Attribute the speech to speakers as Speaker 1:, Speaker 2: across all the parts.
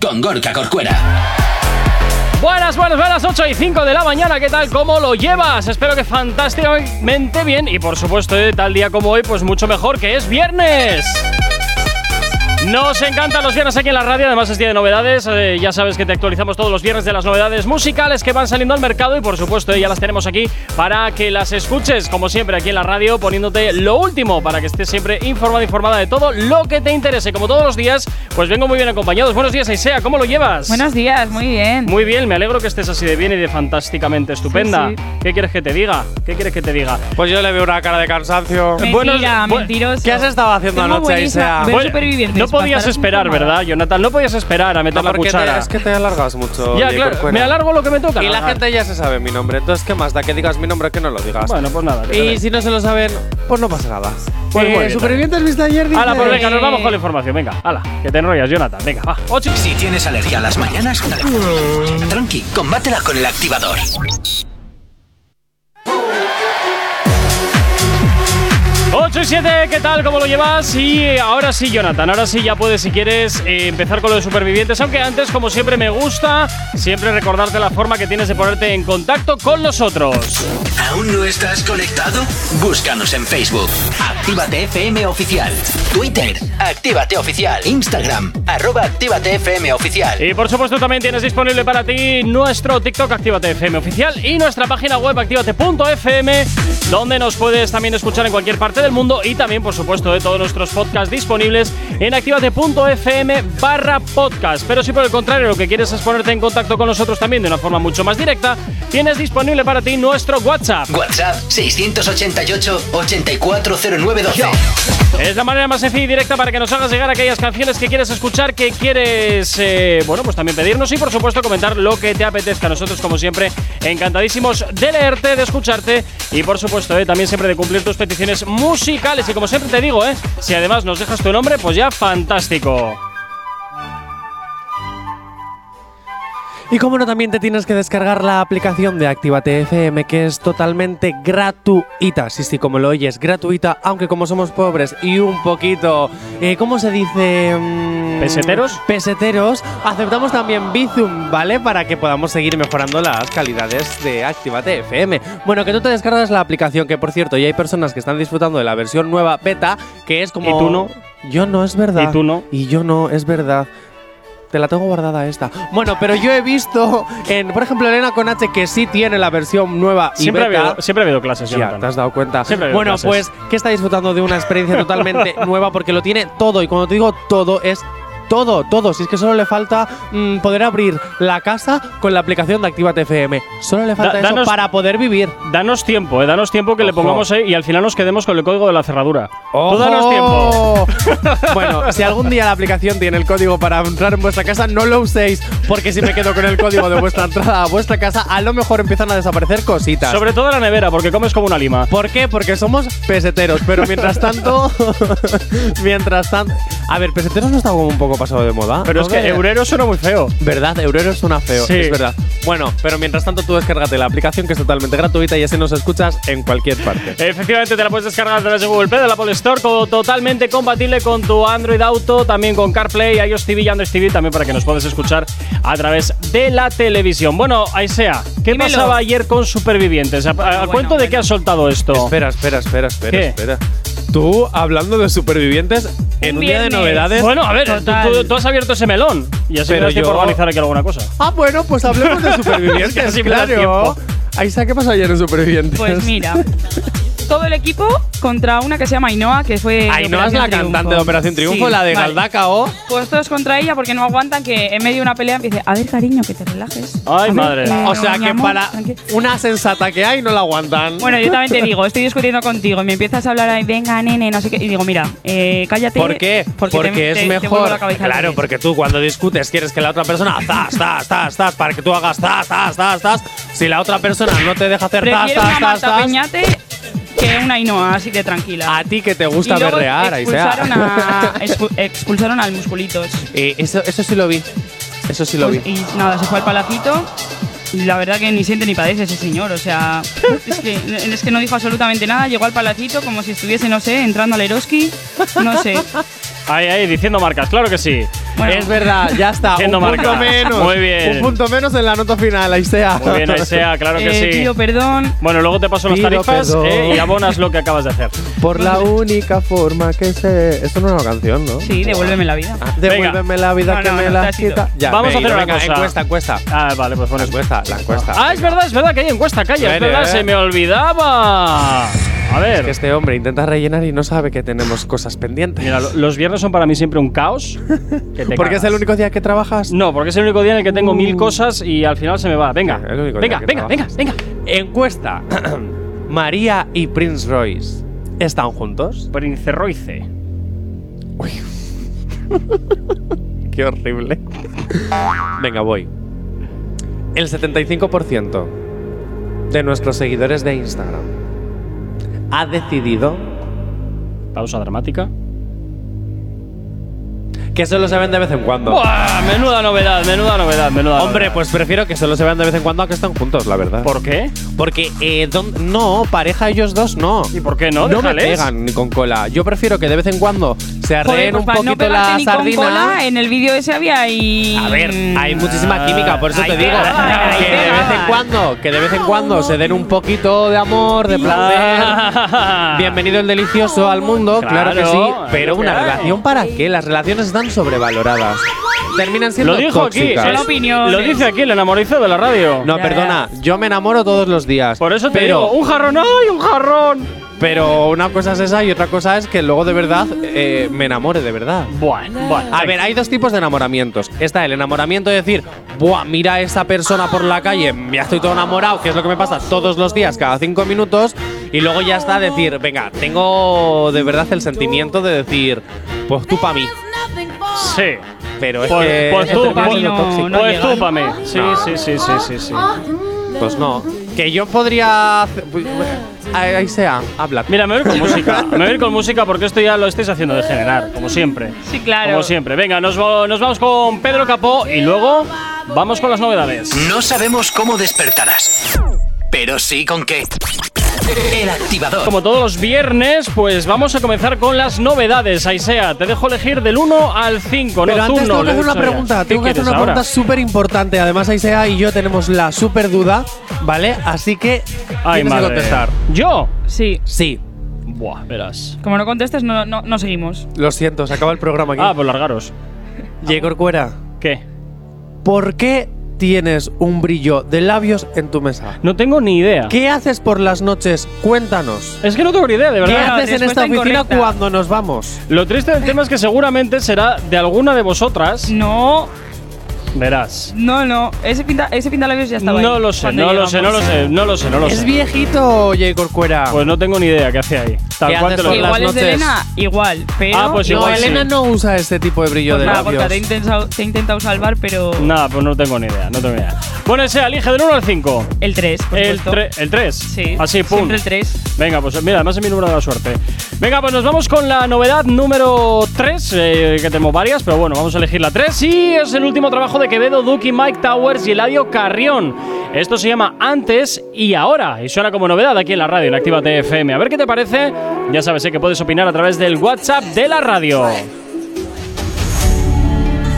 Speaker 1: con Gorka Corcuera.
Speaker 2: Buenas, buenas, buenas, 8 y 5 de la mañana, ¿qué tal? ¿Cómo lo llevas? Espero que fantásticamente bien y por supuesto, eh, tal día como hoy, pues mucho mejor que es viernes. Nos encantan los viernes aquí en la radio, además es día de novedades, eh, ya sabes que te actualizamos todos los viernes de las novedades musicales que van saliendo al mercado y por supuesto eh, ya las tenemos aquí para que las escuches, como siempre aquí en la radio, poniéndote lo último para que estés siempre informada, informada de todo lo que te interese. Como todos los días, pues vengo muy bien acompañados. Buenos días, Aisea, ¿cómo lo llevas?
Speaker 3: Buenos días, muy bien.
Speaker 2: Muy bien, me alegro que estés así de bien y de fantásticamente estupenda.
Speaker 3: Sí,
Speaker 2: ¿Qué quieres que te diga? ¿Qué quieres que te diga?
Speaker 4: Pues yo le veo una cara de cansancio.
Speaker 3: Mentira,
Speaker 2: bu-
Speaker 3: mentiroso.
Speaker 4: ¿Qué has estado haciendo
Speaker 3: Tengo
Speaker 4: anoche,
Speaker 3: buenísima-
Speaker 4: Isea?
Speaker 3: ver
Speaker 2: Bueno,
Speaker 3: supervivientes
Speaker 2: no
Speaker 3: para
Speaker 2: podías
Speaker 3: estar
Speaker 2: esperar,
Speaker 3: informada.
Speaker 2: ¿verdad, Jonathan? No podías esperar a meter
Speaker 4: No,
Speaker 2: la
Speaker 4: porque
Speaker 2: cuchara.
Speaker 4: te- es que te alargas mucho.
Speaker 2: ya,
Speaker 4: oye,
Speaker 2: claro,
Speaker 4: Corcuera.
Speaker 2: me alargo lo que me toca.
Speaker 4: Y la
Speaker 2: alargar.
Speaker 4: gente ya se sabe mi nombre, entonces ¿qué más da que digas mi nombre o que no lo digas?
Speaker 2: Bueno, pues nada. que
Speaker 4: y
Speaker 2: te
Speaker 4: si no se lo saben, eh, pues no pasa nada.
Speaker 3: Eh,
Speaker 2: muy bien.
Speaker 4: supervivientes viste ayer.
Speaker 2: den. Hala, pues
Speaker 4: dice-
Speaker 2: venga, nos vamos con la información. Venga, hala, que te enrollas, Jonathan. Venga, va. Ocho.
Speaker 1: Si tienes alergia a las mañanas, dale. tranqui, combátela con el activador.
Speaker 2: Ocho y 7, ¿qué tal? ¿Cómo lo llevas? Y eh, ahora sí, Jonathan, ahora sí ya puedes, si quieres, eh, empezar con lo de supervivientes. Aunque antes, como siempre me gusta, siempre recordarte la forma que tienes de ponerte en contacto con nosotros.
Speaker 1: ¿Aún no estás conectado? Búscanos en Facebook. Actívate FM Oficial. Twitter, Actívate Oficial. Instagram, arroba Actívate FM Oficial.
Speaker 2: Y por supuesto también tienes disponible para ti nuestro TikTok Actívate FM oficial y nuestra página web activate.fm donde nos puedes también escuchar en cualquier parte del mundo y también por supuesto de todos nuestros podcasts disponibles en activate.fm barra podcast. Pero si por el contrario lo que quieres es ponerte en contacto con nosotros también de una forma mucho más directa, tienes disponible para ti nuestro WhatsApp.
Speaker 1: WhatsApp 688 840912.
Speaker 2: Es la manera más sencilla y directa para que nos hagas llegar aquellas canciones que quieres escuchar, que quieres, eh, bueno, pues también pedirnos y por supuesto comentar lo que te apetezca. Nosotros, como siempre, encantadísimos de leerte, de escucharte y por supuesto eh, también siempre de cumplir tus peticiones musicales. Y como siempre te digo, eh, si además nos dejas tu nombre, pues ya fantástico.
Speaker 4: Y como no, también te tienes que descargar la aplicación de Actívate FM, que es totalmente gratuita. Sí, sí, como lo oyes, gratuita, aunque como somos pobres y un poquito. eh, ¿Cómo se dice? Mm,
Speaker 2: ¿Peseteros?
Speaker 4: Peseteros. Aceptamos también Bizum, ¿vale? Para que podamos seguir mejorando las calidades de Actívate FM. Bueno, que tú te descargas la aplicación, que por cierto, ya hay personas que están disfrutando de la versión nueva beta, que es como.
Speaker 2: ¿Y tú no?
Speaker 4: Yo no, es verdad.
Speaker 2: ¿Y tú no?
Speaker 4: Y yo no, es verdad. Te la tengo guardada esta. Bueno, pero yo he visto, en, por ejemplo, Elena con H, que sí tiene la versión nueva y
Speaker 2: Siempre ha
Speaker 4: beta.
Speaker 2: habido, siempre ha habido clases,
Speaker 4: Ya,
Speaker 2: Jonathan.
Speaker 4: te has dado cuenta.
Speaker 2: Siempre ha habido
Speaker 4: bueno,
Speaker 2: clases.
Speaker 4: pues que está disfrutando de una experiencia totalmente nueva porque lo tiene todo. Y cuando te digo todo, es todo, todo. Si es que solo le falta mm, poder abrir la casa con la aplicación de Actívate FM. Solo le falta eso
Speaker 2: danos-
Speaker 4: para poder vivir.
Speaker 2: Danos tiempo, eh, danos tiempo que le
Speaker 4: Ojo.
Speaker 2: pongamos ahí y al final nos quedemos con el código de la cerradura. Tú danos tiempo.
Speaker 4: ¡Ojo! bueno, si algún día la aplicación tiene el código para entrar en vuestra casa, no lo uséis, porque si me quedo con el código de vuestra entrada a vuestra casa, a lo mejor empiezan a desaparecer cositas.
Speaker 2: Sobre todo la nevera, porque comes como una lima.
Speaker 4: ¿Por qué? Porque somos peseteros, pero mientras tanto. mientras tanto. A ver, peseteros no está como un poco pasado de moda.
Speaker 2: Pero es
Speaker 4: ¿No?
Speaker 2: que eurero suena muy feo.
Speaker 4: ¿Verdad? Eurero suena feo,
Speaker 2: Sí.
Speaker 4: es verdad. Bueno, pero mientras tanto tú descárgate la aplicación que es totalmente gratuita y así nos escuchas en cualquier parte.
Speaker 2: Efectivamente, te la puedes descargar a través de Google Play, de la Apple Store, co- totalmente compatible con tu Android Auto, también con CarPlay, iOS TV y Android TV, también para que nos puedas escuchar a través de la televisión. Bueno, Aisea, ¿qué
Speaker 3: Dímelo.
Speaker 2: pasaba ayer con Supervivientes? ¿A, a- a
Speaker 3: Bueno,
Speaker 2: cuento de
Speaker 3: bueno.
Speaker 2: qué has soltado esto?
Speaker 4: Espera, espera, espera, espera,
Speaker 2: ¿Qué?
Speaker 4: espera. Tú hablando de supervivientes en
Speaker 3: Un
Speaker 4: un día de
Speaker 3: viernes.
Speaker 4: novedades.
Speaker 2: Bueno, a ver, tú,
Speaker 3: Total.
Speaker 2: tú- tú has abierto ese melón y así
Speaker 4: Pero
Speaker 2: me
Speaker 4: yo-
Speaker 2: por organizar aquí alguna cosa.
Speaker 4: Ah, bueno, pues hablemos de
Speaker 2: Es que
Speaker 4: supervivientes,
Speaker 2: así me da
Speaker 4: claro.
Speaker 2: tiempo.
Speaker 4: Ahí está, ¿qué pasó ayer en supervivientes?
Speaker 3: Pues mira, todo el equipo contra una que se llama Ainhoa, que fue. de
Speaker 4: Ainhoa es la
Speaker 3: Operación Triunfo.
Speaker 4: cantante de Operación Triunfo,
Speaker 3: Sí,
Speaker 4: la de
Speaker 3: vale.
Speaker 4: Galdaca O.
Speaker 3: Pues todos contra ella porque no aguantan que en medio de una pelea empiece. A ver, cariño, que te relajes.
Speaker 2: Ay,
Speaker 3: A ver,
Speaker 2: madre.
Speaker 3: eh,
Speaker 4: O sea
Speaker 3: mi
Speaker 4: que
Speaker 3: amor,
Speaker 4: para
Speaker 3: tranqui-".
Speaker 4: una sensata que hay no la aguantan.
Speaker 3: Bueno, yo también te digo, estoy discutiendo contigo y me empiezas a hablar ahí, venga, nene, no sé qué. Y digo, mira, eh, cállate.
Speaker 4: ¿Por qué? Porque,
Speaker 3: te- te-
Speaker 4: es
Speaker 3: te vuelvo
Speaker 4: mejor.
Speaker 3: la cabeza al
Speaker 4: claro,
Speaker 3: revés.
Speaker 4: porque tú cuando discutes quieres que la otra persona zas, zas, zas, zas, para que tú hagas zas, zas, zas, zas. Si la otra persona no te deja hacer zas,
Speaker 3: Prefiero
Speaker 4: zas,
Speaker 3: una
Speaker 4: zas,
Speaker 3: Marta
Speaker 4: zas.
Speaker 3: Peñate que una Ainhoa, así de tranquila.
Speaker 4: A ti que te gusta
Speaker 3: y luego
Speaker 4: berrear, ahí
Speaker 3: expulsaron, a, expu- expulsaron al musculitos.
Speaker 4: eso, eso sí lo vi. Eso sí lo vi.
Speaker 3: Pues- y nada, se fue al palacito. Y la verdad que ni siente ni padece ese señor, o sea, es que, es que no dijo absolutamente nada, llegó al palacito como si estuviese, no sé, entrando al Eroski, no sé.
Speaker 2: Ahí, ahí, diciendo marcas, claro que sí.
Speaker 3: Bueno.
Speaker 4: Es verdad, ya está.
Speaker 2: Haciendo
Speaker 4: un punto
Speaker 2: marcas.
Speaker 4: menos.
Speaker 2: Muy bien.
Speaker 4: Un punto menos en la nota final, ahí sea.
Speaker 2: Muy bien, Aisea, claro que
Speaker 3: Eh,
Speaker 2: sí.
Speaker 3: Pido perdón.
Speaker 2: Bueno, luego te paso las
Speaker 4: Pido
Speaker 2: tarifas
Speaker 4: perdón.
Speaker 2: eh, y abonas lo que acabas de hacer.
Speaker 4: Por la única forma que se. Esto no es una canción, ¿no?
Speaker 3: Sí, devuélveme la vida.
Speaker 4: Ah, Devuélveme la vida
Speaker 3: No,
Speaker 4: que
Speaker 3: no,
Speaker 4: me
Speaker 3: no, te
Speaker 4: la
Speaker 3: has ido.
Speaker 4: quita. Ya,
Speaker 2: Vamos
Speaker 4: me he
Speaker 2: a hacer
Speaker 4: ido.
Speaker 2: una
Speaker 4: Venga,
Speaker 2: cosa.
Speaker 4: Encuesta, encuesta.
Speaker 2: Ah, vale, pues
Speaker 4: La
Speaker 2: pones.
Speaker 4: encuesta, la encuesta.
Speaker 2: Ah, es verdad, es verdad que hay encuesta, calla, es
Speaker 4: Vale,
Speaker 2: verdad,
Speaker 4: eh.
Speaker 2: se me olvidaba. Ah, A
Speaker 4: Es que
Speaker 2: ver.
Speaker 4: este hombre intenta rellenar y no sabe que tenemos cosas pendientes.
Speaker 2: Mira, lo- los viernes son para mí siempre un caos. que te
Speaker 4: Porque es
Speaker 2: cagas.
Speaker 4: el único día que trabajas.
Speaker 2: No, porque es el único día en el que tengo mil cosas y al final se me va. Venga,
Speaker 4: Mm. Sí, es el único día
Speaker 2: venga,
Speaker 4: que
Speaker 2: venga, venga,
Speaker 4: trabajas.
Speaker 2: venga.
Speaker 4: Encuesta. María y Prince Royce. ¿Están juntos?
Speaker 2: Prince Royce.
Speaker 4: Qué horrible. Venga, voy. El 75% de nuestros seguidores de Instagram ha decidido
Speaker 2: Pausa dramática.
Speaker 4: que solo se ven de vez en cuando.
Speaker 2: Buah, menuda novedad, menuda novedad, menuda
Speaker 4: Hombre,
Speaker 2: novedad.
Speaker 4: pues prefiero que solo se vean de vez en cuando a que están juntos, la verdad.
Speaker 2: ¿Por qué?
Speaker 4: Porque eh, don- no, pareja ellos dos no.
Speaker 2: ¿Y por qué no?
Speaker 4: No me
Speaker 2: Déjales.
Speaker 4: pegan ni con cola. Yo prefiero que de vez en cuando se
Speaker 3: Joder,
Speaker 4: arreen
Speaker 3: pues
Speaker 4: un
Speaker 3: para no
Speaker 4: poquito
Speaker 3: pegarte
Speaker 4: la
Speaker 3: ni con
Speaker 4: sardina.
Speaker 3: cola, en el vídeo ese había y.
Speaker 4: A ver, hay muchísima química, por eso
Speaker 3: ahí
Speaker 4: te digo.
Speaker 3: pegaba, ahí
Speaker 4: que de
Speaker 3: pegaba.
Speaker 4: vez en cuando, que de
Speaker 3: Ah,
Speaker 4: vez en cuando se den un poquito de amor, de
Speaker 3: Ah.
Speaker 4: placer. Bienvenido el delicioso al mundo, claro, que
Speaker 2: Claro,
Speaker 4: sí. Pero una
Speaker 2: claro.
Speaker 4: relación para qué? Las relaciones están sobrevaloradas. Terminan siendo
Speaker 2: Lo dijo aquí.
Speaker 4: tóxicas.
Speaker 3: Son
Speaker 2: es- eh.
Speaker 3: opiniones.
Speaker 2: Lo dice aquí el enamorizo de la radio.
Speaker 4: No,
Speaker 3: Ya,
Speaker 4: perdona, yo me enamoro todos los días.
Speaker 2: Por eso te
Speaker 4: pero,
Speaker 2: digo, un jarrón, ¡ay, un jarrón!
Speaker 4: Pero una cosa es esa y otra cosa es que luego de verdad eh, me enamore de verdad.
Speaker 2: Bueno, bueno.
Speaker 4: A ver, hay dos tipos de enamoramientos. Está el enamoramiento de decir, buah, mira a esa persona por la calle, ya estoy todo enamorado, que es lo que me pasa todos los días, cada cinco minutos. Y luego ya está decir, venga, tengo de verdad el sentimiento de decir, pues tú para mí.
Speaker 2: Sí.
Speaker 4: Pero eh, es
Speaker 2: Pues-
Speaker 4: que
Speaker 2: pues
Speaker 4: esto
Speaker 2: tú,
Speaker 4: termina
Speaker 2: pues-
Speaker 4: siendo tóxico. ¿eh?
Speaker 3: No
Speaker 2: pues
Speaker 3: llega.
Speaker 2: tú, pa' mí. Sí,
Speaker 4: No.
Speaker 2: sí, sí, sí, sí, sí.
Speaker 4: Pues no. Que yo podría. hacer- pues, Ahí ahí sea, habla.
Speaker 2: Mira, me voy a ir con música. Me voy a ir con música porque esto ya lo estáis haciendo degenerar, como siempre.
Speaker 3: Sí, claro.
Speaker 2: Como siempre. Venga, nos, va- nos vamos con Pedro Capó y luego vamos con las novedades.
Speaker 1: No sabemos cómo despertarás, pero sí con qué. El activador.
Speaker 2: Como todos los viernes, pues vamos a comenzar con las novedades. Aisea, te dejo elegir del 1 al 5.
Speaker 4: Pero
Speaker 2: no,
Speaker 4: antes
Speaker 2: tú
Speaker 4: tengo
Speaker 2: no.
Speaker 4: que hacer una
Speaker 2: Luisa.
Speaker 4: pregunta,
Speaker 2: ¿Qué
Speaker 4: tengo que hacer
Speaker 2: quieres
Speaker 4: una
Speaker 2: ahora?
Speaker 4: pregunta súper importante. Además, Aisea y yo tenemos la súper duda, ¿vale? Así que
Speaker 2: Ay,
Speaker 4: tienes
Speaker 2: madre.
Speaker 4: que contestar.
Speaker 2: ¿Yo?
Speaker 3: Sí.
Speaker 4: Sí.
Speaker 2: Buah, verás.
Speaker 3: Como no contestes, no, no, no seguimos.
Speaker 4: Lo siento, se acaba el programa aquí.
Speaker 2: Ah, pues largaros.
Speaker 4: Diego Corcuera,
Speaker 2: ¿Qué?
Speaker 4: ¿por qué tienes un brillo de labios en tu mesa?
Speaker 2: No tengo ni idea.
Speaker 4: ¿Qué haces por las noches? Cuéntanos.
Speaker 2: Es que no tengo ni idea, de
Speaker 4: ¿Qué
Speaker 2: verdad.
Speaker 3: Bueno,
Speaker 4: haces en
Speaker 3: respuesta
Speaker 4: esta oficina
Speaker 3: incorrecta.
Speaker 4: cuando nos vamos?
Speaker 2: Lo triste del tema es que seguramente será de alguna de vosotras.
Speaker 3: No,
Speaker 2: Verás.
Speaker 3: no, no. Ese pinta, ese pintalabios ya estaba
Speaker 2: No
Speaker 3: ahí
Speaker 2: lo sé,
Speaker 3: cuando
Speaker 2: no lo
Speaker 3: llegamos.
Speaker 2: sé, no lo sé, no lo sé, no lo
Speaker 4: Es
Speaker 2: sé.
Speaker 4: viejito, Diego Corcuera.
Speaker 2: Pues no tengo ni idea qué hacía ahí. Tal
Speaker 4: ¿Qué
Speaker 2: cual
Speaker 4: haces
Speaker 2: te lo
Speaker 4: por
Speaker 2: digo.
Speaker 4: las
Speaker 3: Igual es de
Speaker 4: noches.
Speaker 3: Elena, igual, pero.
Speaker 2: Ah, pues
Speaker 4: no,
Speaker 2: igual sí.
Speaker 4: Elena no usa este tipo de brillo
Speaker 3: Pues
Speaker 4: de
Speaker 3: nada,
Speaker 4: labios.
Speaker 3: Gorka, te he intentado, te he intentado salvar, pero.
Speaker 2: Nada, pues no tengo ni idea, no tengo ni idea. Bueno, ese, elige del 1 al 5.
Speaker 3: El 3, por
Speaker 2: El,
Speaker 3: supuesto.
Speaker 2: 3 el 3.
Speaker 3: Sí.
Speaker 2: Así, pum.
Speaker 3: Siempre el 3.
Speaker 2: Venga, pues mira, además es mi número de la suerte. Venga, pues nos vamos con la novedad número 3, que tenemos varias, pero bueno, vamos a elegir la 3. Y es el último trabajo de Quevedo, Duki, Mike Towers y Eladio Carrión. Esto se llama Antes y Ahora, y suena como novedad aquí en la radio, en Activa FM. A ver qué te parece. Ya sabes ¿eh? que puedes opinar a través del WhatsApp de la radio.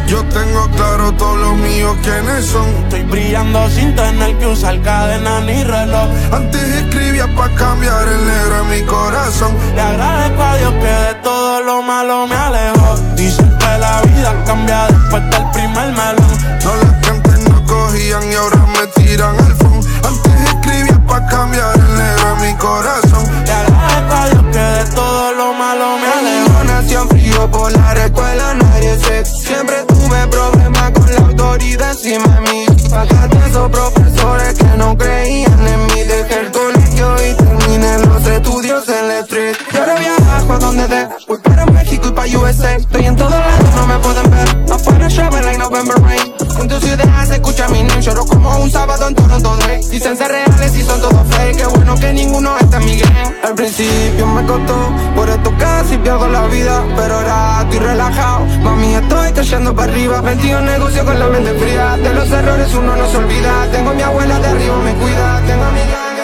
Speaker 5: Yo tengo claro todos los míos quiénes son.
Speaker 6: Estoy brillando sin tener que usar cadena ni reloj.
Speaker 5: Antes escribía pa' cambiar el negro en mi corazón.
Speaker 6: Le agradezco a Dios que de todo lo malo me alejó. Dicen que la vida cambia después del primer melón.
Speaker 5: No las que antes no cogían y ahora me tiran al fondo. Antes escribía pa' cambiar el negro en mi corazón.
Speaker 6: Le agradezco a Dios que de todo lo malo me alejó.
Speaker 7: Nación frío por la escuela nadie se Siempre tuve problemas con la autoridad encima de mí Pagaste esos profesores que no creían en mí Dejé el colegio y terminé los estudios en la street Y ahora viajo a donde dé Voy para México y pa' USA Estoy en todos lados, no me pueden ver Afuera llueve like November rain En tu ciudad se escucha mi name Lloro como un sábado en Toronto Drake Dicen ser reales y son todos fake Qué bueno que ninguno está en mi game Al principio me costó Por esto casi pierdo la vida Pero ahora estoy relajado Mami estoy cayendo para arriba Vendí un negocio con la mente fría De los errores uno no se olvida Tengo a mi abuela de arriba me cuida Tengo amigas que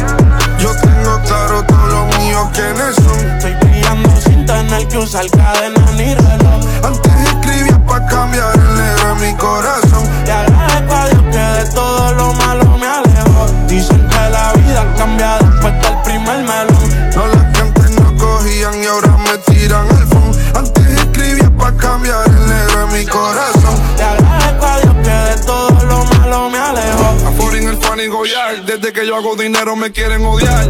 Speaker 7: siempre me guían
Speaker 5: Yo tengo claro todos los míos quiénes son.
Speaker 6: Estoy brillando sin
Speaker 7: tener que usar cadena ni reloj.
Speaker 6: Antes escribía pa' cambiar el negro a mi corazón.
Speaker 7: Y agradezco a Dios que de todo lo malo me alejó. Dicen que la vida cambia después del primer melón.
Speaker 6: No las cantes no cogían y ahora me tiran al phone. Antes escribía pa' cambiar el negro a mi corazón.
Speaker 7: Te agradezco a Dios que de todo lo malo me alejó.
Speaker 6: Afuera en el funny goyar, desde que yo hago dinero me quieren odiar.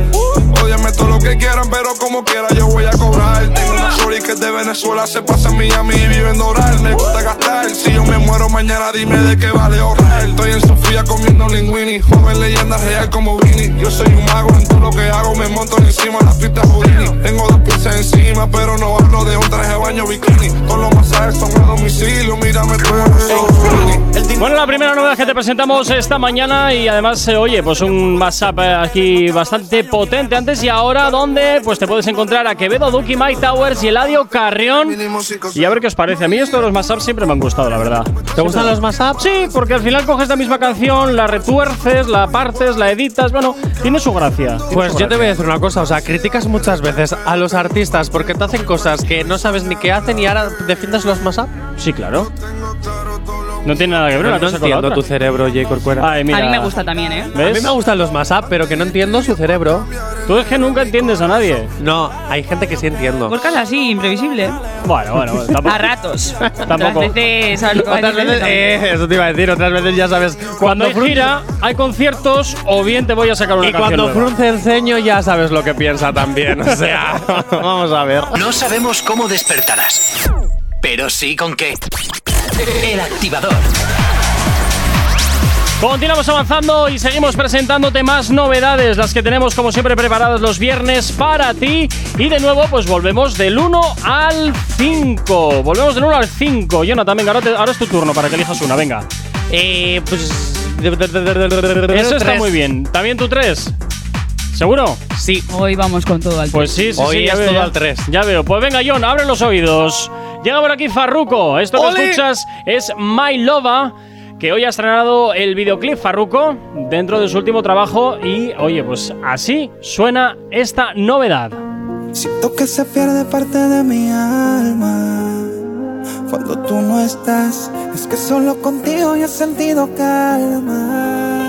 Speaker 6: Ódiame todo lo que quieran, pero como quiera yo voy a cobrar. Tengo una shorty que es de Venezuela se pasa en Miami y vive en Doral. Me gusta gastar, si yo me muero mañana dime de qué vale ahorrar. Estoy en Sofía comiendo linguini, joven leyenda real como Vini. Yo soy un mago en todo lo que hago, me monto encima de las pistas Houdini. Tengo dos pizzas encima, pero no hablo de un traje de baño bikini. Todos los masajes son a domicilio, mírame todo eso.
Speaker 7: El dinero
Speaker 2: Bueno, la primera novedad que te presentamos esta mañana y además, eh, oye, pues un WhatsApp eh, aquí bastante potente antes y ahora, donde pues te puedes encontrar a Quevedo, Duki, Mike Towers y Eladio Carrión.
Speaker 6: Mínimo cinco
Speaker 2: Y a ver qué os parece. A mí esto de los mashups siempre me han gustado, la verdad.
Speaker 4: ¿Te gustan los más apps?
Speaker 2: Sí, porque al final coges la misma canción, la retuerces, la partes, la editas. Bueno, tiene su gracia. tiene
Speaker 4: Pues
Speaker 2: su
Speaker 4: yo
Speaker 2: gracia.
Speaker 4: te voy a decir una cosa, o sea, criticas muchas veces a los artistas porque te hacen cosas que no sabes ni qué hacen y ahora defiendes los más apps.
Speaker 2: Sí, claro. No tiene nada que ver
Speaker 4: Pero
Speaker 2: una
Speaker 4: no
Speaker 2: cosa con la
Speaker 4: entiendo
Speaker 2: otra.
Speaker 4: tu cerebro, J. Corcuera.
Speaker 2: Ay,
Speaker 3: A
Speaker 2: mira.
Speaker 3: mí me gusta también, ¿eh?
Speaker 4: A
Speaker 2: ¿Ves?
Speaker 4: mí me gustan los más apps, pero que no entiendo su cerebro.
Speaker 2: Tú es que nunca entiendes a nadie.
Speaker 4: No, hay gente que sí entiendo.
Speaker 3: Gorka es así, imprevisible.
Speaker 2: Bueno, bueno, bueno,
Speaker 3: A
Speaker 2: tampoco.
Speaker 3: ratos.
Speaker 2: Tampoco.
Speaker 3: Otras veces, ¿sabes lo que va a
Speaker 4: Otras
Speaker 3: decir?
Speaker 4: veces, eh, eso te iba a decir, otras veces ya sabes
Speaker 2: Cuando hay
Speaker 4: frun-
Speaker 2: gira, hay conciertos o bien te voy a sacar una
Speaker 4: Y
Speaker 2: canción
Speaker 4: cuando
Speaker 2: nueva.
Speaker 4: frunce el ceño ya sabes lo que piensa también, o sea, vamos a ver.
Speaker 1: No sabemos cómo despertarás, pero sí con qué. El activador.
Speaker 2: Continuamos avanzando y seguimos presentándote más novedades, las que tenemos como siempre preparadas los viernes para ti. Y de nuevo, pues volvemos del 1 al 5. Volvemos del 1 al 5. Jonathan, venga, ahora, te- ahora es tu turno para que elijas una, venga.
Speaker 4: Eh, pues...
Speaker 2: Eso
Speaker 4: Eso
Speaker 2: está muy bien. ¿También tu 3? ¿Seguro?
Speaker 4: Sí,
Speaker 3: Hoy vamos con todo al
Speaker 2: Pues sí, sí,
Speaker 4: Hoy
Speaker 2: sí, ya
Speaker 4: es
Speaker 2: veo,
Speaker 4: todo
Speaker 2: ya.
Speaker 4: al tres.
Speaker 2: Ya veo. Pues venga, John, abre los oídos. Llega por aquí Farruko. Esto que
Speaker 4: ¡Ole!
Speaker 2: escuchas es My Lova, que hoy ha estrenado el videoclip Farruko dentro de su último trabajo. Y oye, pues así suena esta novedad.
Speaker 7: Siento que se pierde parte de mi alma. Cuando tú no estás, es que solo contigo yo he sentido calma.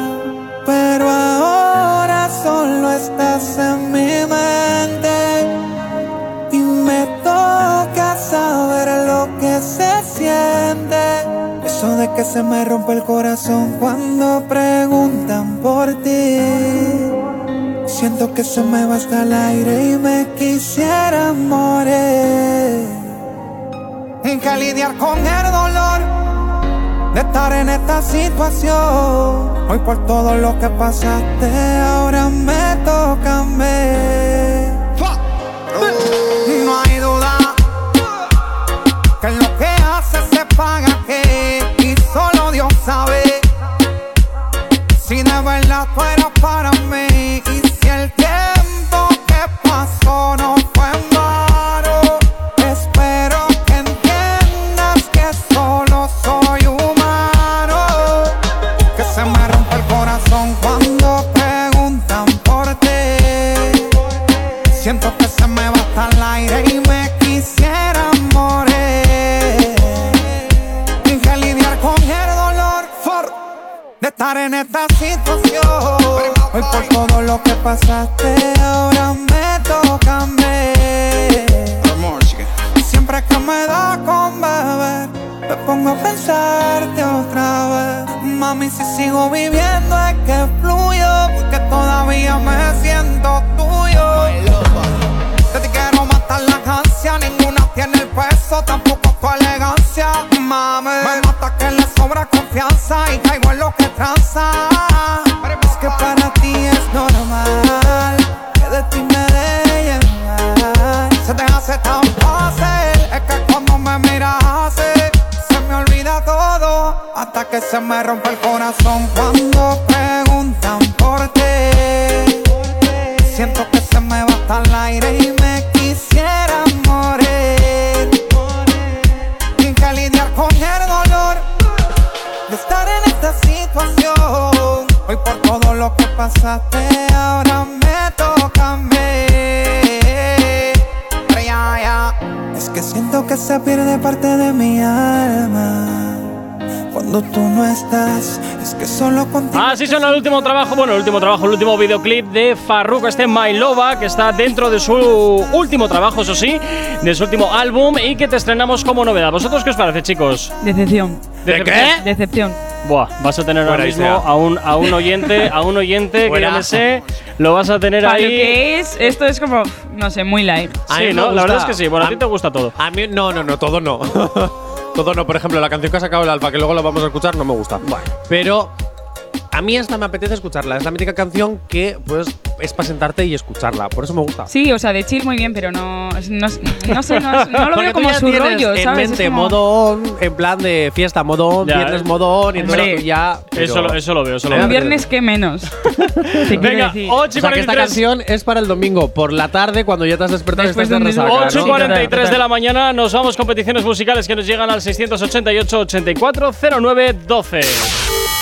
Speaker 7: Pero ahora solo estás en mi mente. Y me toca saber lo que se siente. Eso de que se me rompe el corazón cuando preguntan por ti. Siento que se me va hasta el aire y me quisiera morir. Que lidiar con el dolor de estar en esta situación. Hoy por todo lo que pasaste, ahora me toca a mí. No hay duda que lo que hace se paga aquí y solo Dios sabe. Si de verdad tú eras para mí Y si el tiempo que pasó no fue en vano Espero que entiendas que solo soy humano Que se me rompe el corazón cuando preguntan por ti Siento que se me va hasta el aire y me quisiera morir Que lidiar con el dolor for de estar en esta situación. Hoy por todo lo que pasaste, ahora me toca a mí. Siempre que me da con beber, me pongo a pensarte otra vez. Mami, si sigo viviendo es que fluyo, porque todavía me siento tuyo. Yo te quiero matar las ansias, ninguna tiene el peso, tampoco tu elegancia, mami. Me mata que le sobra confianza y caigo en lo que tranza. Es que para ti es normal que de ti me de llenar. Se te hace tan fácil, es que cuando me miras así, se me olvida todo hasta que se me rompe el corazón cuando preguntan por ti. Siento que se me va hasta el aire y me quisiera morir. Sin que lidiar con el dolor de estar en esta situación. Hoy por todo lo que pasaste, ahora me toca a mí. Pero ya, ya. que se pierde parte de mi alma. Cuando tú no estás, es que solo contigo.
Speaker 2: Así suena el último trabajo, bueno, el último trabajo, el último videoclip de Farruko, este My Loba, que está dentro de su último trabajo, eso sí, de su último álbum y que te estrenamos como novedad. ¿Vosotros qué os parece, chicos?
Speaker 3: Decepción.
Speaker 2: ¿De qué?
Speaker 3: Decepción.
Speaker 2: Buah, vas a tener ahora
Speaker 4: Buena
Speaker 2: mismo
Speaker 4: idea.
Speaker 2: a un, a un oyente, a un oyente que ya
Speaker 4: Buena.
Speaker 2: me sé, lo vas a tener
Speaker 3: Para lo
Speaker 2: ahí.
Speaker 3: que es, esto es como, no sé, muy light.
Speaker 4: A
Speaker 2: Sí,
Speaker 4: mí me
Speaker 2: ¿no? La
Speaker 4: gusta.
Speaker 2: verdad es que sí. Bueno, a ti
Speaker 4: A-
Speaker 2: te gusta todo.
Speaker 4: A mí, no, no, no, todo no. todo no. Por ejemplo, la canción que ha sacado el Alfa, que luego la vamos a escuchar, no me gusta. Pero a mí esta me apetece escucharla. Es la mítica canción que, pues, es para sentarte y escucharla. Por eso me gusta.
Speaker 3: Sí, o sea, de chill muy bien, pero no, no, no sé, no, no lo
Speaker 4: Porque
Speaker 3: veo
Speaker 4: tú
Speaker 3: como
Speaker 4: ya
Speaker 3: su
Speaker 4: tienes
Speaker 3: rollo,
Speaker 4: en
Speaker 3: ¿sabes? Es
Speaker 4: mente
Speaker 3: como-
Speaker 4: modo on, en plan de fiesta, modo on,
Speaker 2: Ya,
Speaker 4: viernes,
Speaker 2: eh.
Speaker 4: modo on, y entonces
Speaker 3: Hombre.
Speaker 4: tú ya.
Speaker 2: Eso
Speaker 4: pero-
Speaker 2: lo, eso lo veo, eso lo
Speaker 3: Un
Speaker 2: veo.
Speaker 3: viernes que menos. Te quiero
Speaker 2: Venga,
Speaker 3: decir.
Speaker 2: 8
Speaker 4: O
Speaker 2: y
Speaker 4: sea, que esta
Speaker 2: 43.
Speaker 4: canción es para el domingo, por la tarde, cuando ya te has despertado
Speaker 3: Después
Speaker 4: y estás
Speaker 3: de
Speaker 4: de
Speaker 3: un
Speaker 4: resaca,
Speaker 3: desayuno.
Speaker 4: ¿no?
Speaker 3: Ocho y
Speaker 2: 8.43 de la mañana nos vamos con peticiones musicales que nos llegan al 688-8409-12.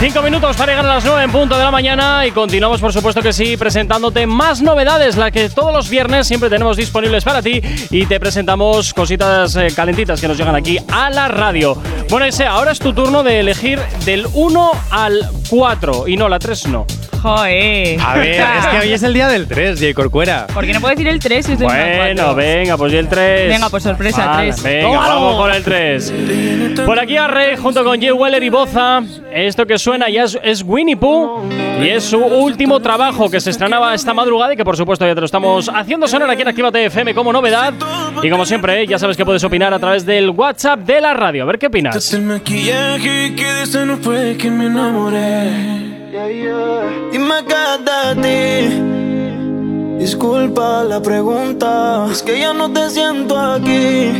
Speaker 2: 5 minutos para llegar a las 9 en punto de la mañana y continuamos por supuesto que sí presentándote más novedades, la que todos los viernes siempre tenemos disponibles para ti y te presentamos cositas eh, calentitas que nos llegan aquí a la radio. Bueno, ese ahora es tu turno de elegir del 1 al 4 y no, la 3 no.
Speaker 3: Joder.
Speaker 4: A ver, es que hoy es el día del 3, J. Corcuera.
Speaker 3: ¿Por qué no puedo decir el 3 si estoy
Speaker 2: Bueno, venga, pues y el 3.
Speaker 3: Venga, pues sorpresa, tres.
Speaker 2: Venga,
Speaker 4: ¡Tómalo!
Speaker 2: vamos con el 3. Por aquí a Rey junto con Jay Weller y Boza. Esto que suena ya es, es Winnie Pooh y es su último trabajo que se estrenaba esta madrugada y que por supuesto ya te lo estamos haciendo sonar aquí en Actívate FM como novedad. Y como siempre, ¿eh? ya sabes que puedes opinar a través del WhatsApp de la radio. A ver qué opinas.
Speaker 8: El maquillaje que de eso no fue que me enamoré. Dime acá Disculpa la pregunta, es que ya no te siento aquí.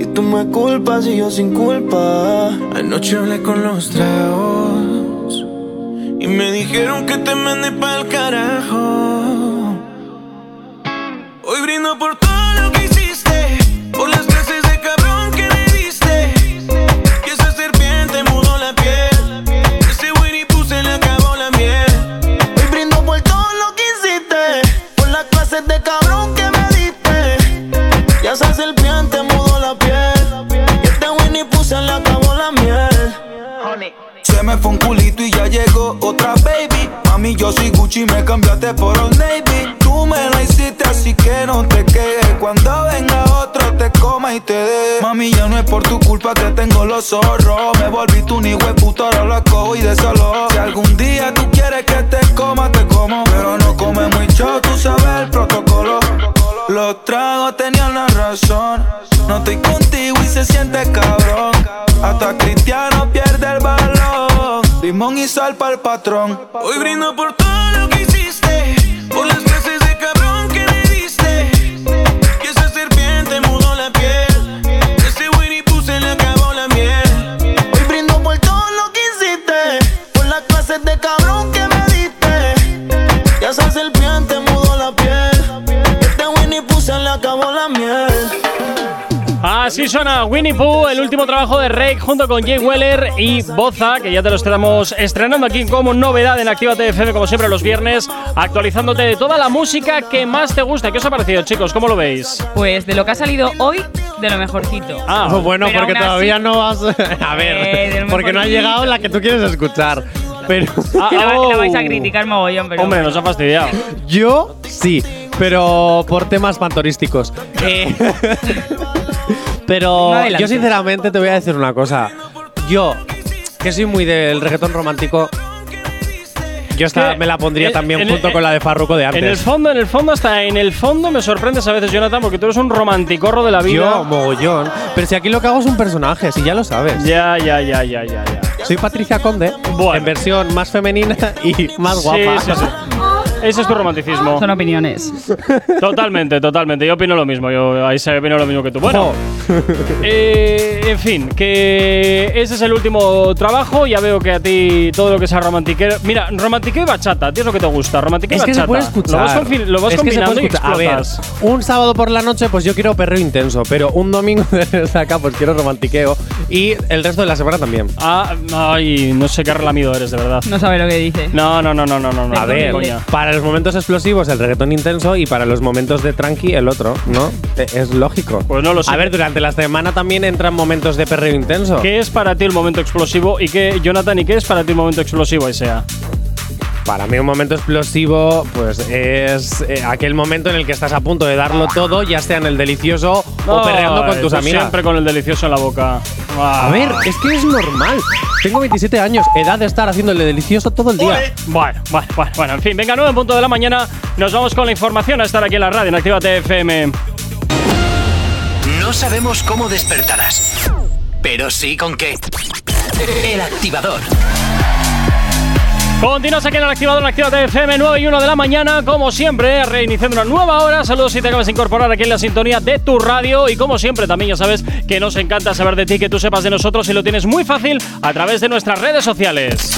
Speaker 8: Y tú me culpas y yo sin culpa. Anoche hablé con los tragos y me dijeron que te mandé para el carajo. Hoy brindo por todo lo que hiciste, por las clases de cabrón que me diste. Y esa serpiente mudó la piel, ese Winnie Pooh se le acabó la miel. Hoy brindo por todo lo que hiciste, por las clases de cabrón que me diste. Y esa serpiente mudó la piel, y este Winnie Pooh se le acabó la miel.
Speaker 6: Se me fue un culito y ya llegó otra baby. Mami, yo soy Gucci me cambiaste por Old Navy. Tú me la hiciste, así que no te quejes. Cuando venga otro, te coma y te dé. Mami, ya no es por tu culpa que tengo los zorros. Me volví tu ni puta, ahora lo acojo y desalo. Si algún día tú quieres que te coma, te como. Pero no come mucho, tú sabes el protocolo. Los tragos tenían la razón. No estoy contigo y se siente cabrón. Hasta Cristiano pierde el balón. Limón y sal para el patrón.
Speaker 8: Hoy brindo por todo lo que hiciste, por las clases de cabrón que me diste. Que esa serpiente mudó la piel, ese Winnie Pooh se le acabó la miel. Hoy brindo por todo lo que hiciste, por las clases de cabrón que me diste. Que esa serpiente mudó la piel, este Winnie Pooh se le acabó la miel.
Speaker 2: Así suena Winnie Pooh, el último trabajo de Rake junto con Jay Weller y Boza, que ya te lo estamos estrenando aquí como novedad en Actívate FM, como siempre los viernes, actualizándote de toda la música que más te gusta. ¿Qué os ha parecido, chicos? ¿Cómo lo veis?
Speaker 3: Pues de lo que ha salido hoy, de lo mejorcito.
Speaker 2: Ah,
Speaker 4: bueno,
Speaker 3: pero
Speaker 4: porque
Speaker 3: aún así-
Speaker 4: todavía no vas. A
Speaker 3: Eh,
Speaker 4: ver,
Speaker 3: del
Speaker 4: porque no ha
Speaker 3: mejorcito.
Speaker 4: llegado la que tú quieres escuchar. Pero.
Speaker 2: Ah,
Speaker 3: Que la,
Speaker 2: oh.
Speaker 3: la vais a criticar mogollón, pero.
Speaker 2: Hombre, nos ha fastidiado.
Speaker 4: Yo sí, pero por temas pantorísticos. Eh, pero
Speaker 3: Adelante.
Speaker 4: yo sinceramente te voy a decir una cosa. Yo, que soy muy del reggaetón romántico, yo esta
Speaker 2: Que
Speaker 4: me la pondría
Speaker 2: en-
Speaker 4: también
Speaker 2: en-
Speaker 4: junto
Speaker 2: en-
Speaker 4: con la de Farruko de antes.
Speaker 2: En el fondo, en el fondo, hasta en el fondo me sorprendes a veces, Jonathan, porque tú eres un romanticorro de la
Speaker 4: yo,
Speaker 2: vida.
Speaker 4: mogollón. Pero si aquí lo que hago es un personaje, si ya lo sabes.
Speaker 2: Ya, ya, ya, ya, ya, ya.
Speaker 4: Soy Patricia Conde,
Speaker 2: Bueno.
Speaker 4: en versión más femenina y más
Speaker 2: Sí,
Speaker 4: guapa.
Speaker 2: sí, sí. Ese es tu romanticismo.
Speaker 3: Son opiniones.
Speaker 2: Totalmente, totalmente. Yo opino lo mismo. Yo ahí se opino lo mismo que tú. Bueno, eh, en fin, que Eh, ese es el último trabajo. Ya veo que a ti todo lo que sea romantiquero. Mira, romantiqueo y bachata. Tío, es lo que te gusta. Romantiqueo y
Speaker 4: Es que
Speaker 2: bachata.
Speaker 4: se puede
Speaker 2: Lo vas,
Speaker 4: escuchar.
Speaker 2: confi- lo vas
Speaker 4: Es que se
Speaker 2: combinando
Speaker 4: puede
Speaker 2: y
Speaker 4: escuchar. A ver,
Speaker 2: explotas.
Speaker 4: un sábado por la noche, pues yo quiero perreo intenso, pero un domingo de acá, pues quiero romantiqueo. Y el resto de la semana también.
Speaker 2: Ah, ay, no sé qué relamido eres, de verdad.
Speaker 3: No sabe lo que dice.
Speaker 2: No, no, no, no, no, no. no,
Speaker 4: A ver,
Speaker 2: coña.
Speaker 4: para los momentos explosivos el reggaetón intenso y para los momentos de tranqui el otro, ¿no? E- Es lógico.
Speaker 2: Pues no lo sé.
Speaker 4: A ver, durante la semana también entran momentos de perreo intenso.
Speaker 2: ¿Qué es para ti el momento explosivo? Y qué, Jonathan, ¿y qué es para ti el momento explosivo, sea?
Speaker 4: Para mí un momento explosivo pues es eh, aquel momento en el que estás a punto de darlo todo, ya sea en el delicioso o perreando con tus amigas.
Speaker 2: Siempre con el delicioso en la boca.
Speaker 4: A ver, es que es normal. Tengo 27 años, edad de estar haciendo el delicioso todo el día.
Speaker 2: Bueno, bueno, bueno, bueno, en fin, venga, 9 en punto de la mañana. Nos vamos con la información a estar aquí en la radio en Actívate FM.
Speaker 1: No sabemos cómo despertarás, pero sí con qué. El activador.
Speaker 2: Continuas aquí en el activador en Actívate FM 9 y 1 de la mañana, como siempre, reiniciando una nueva hora. Saludos si te acabas de incorporar aquí en la sintonía de tu radio. Y como siempre, también ya sabes que nos encanta saber de ti, que tú sepas de nosotros y lo tienes muy fácil a través de nuestras redes sociales.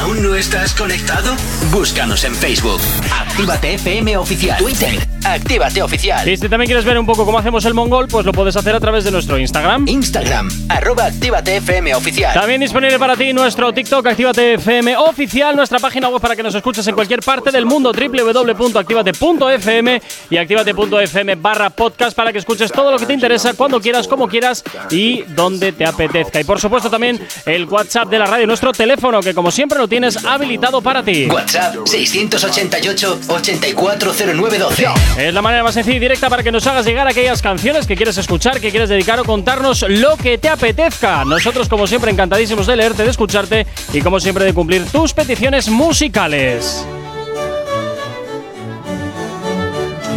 Speaker 1: ¿Aún no estás conectado? Búscanos en Facebook. Actívate FM Oficial. Twitter. Actívate Oficial.
Speaker 2: Y si también quieres ver un poco cómo hacemos el mongol, pues lo puedes hacer a través de nuestro Instagram.
Speaker 1: Instagram. Arroba Actívate FM Oficial.
Speaker 2: También disponible para ti nuestro TikTok Actívate FM oficial, nuestra página web para que nos escuches en cualquier parte del mundo, www.activate.fm y activate.fm barra podcast para que escuches todo lo que te interesa, cuando quieras, como quieras y donde te apetezca. Y por supuesto también el WhatsApp de la radio, nuestro teléfono que como siempre lo tienes habilitado para ti.
Speaker 1: WhatsApp 688-840912.
Speaker 2: Es la manera más sencilla y directa para que nos hagas llegar aquellas canciones que quieres escuchar, que quieres dedicar o contarnos lo que te apetezca. Nosotros, como siempre, encantadísimos de leerte, de escucharte y, como siempre, de cumplir tus peticiones musicales.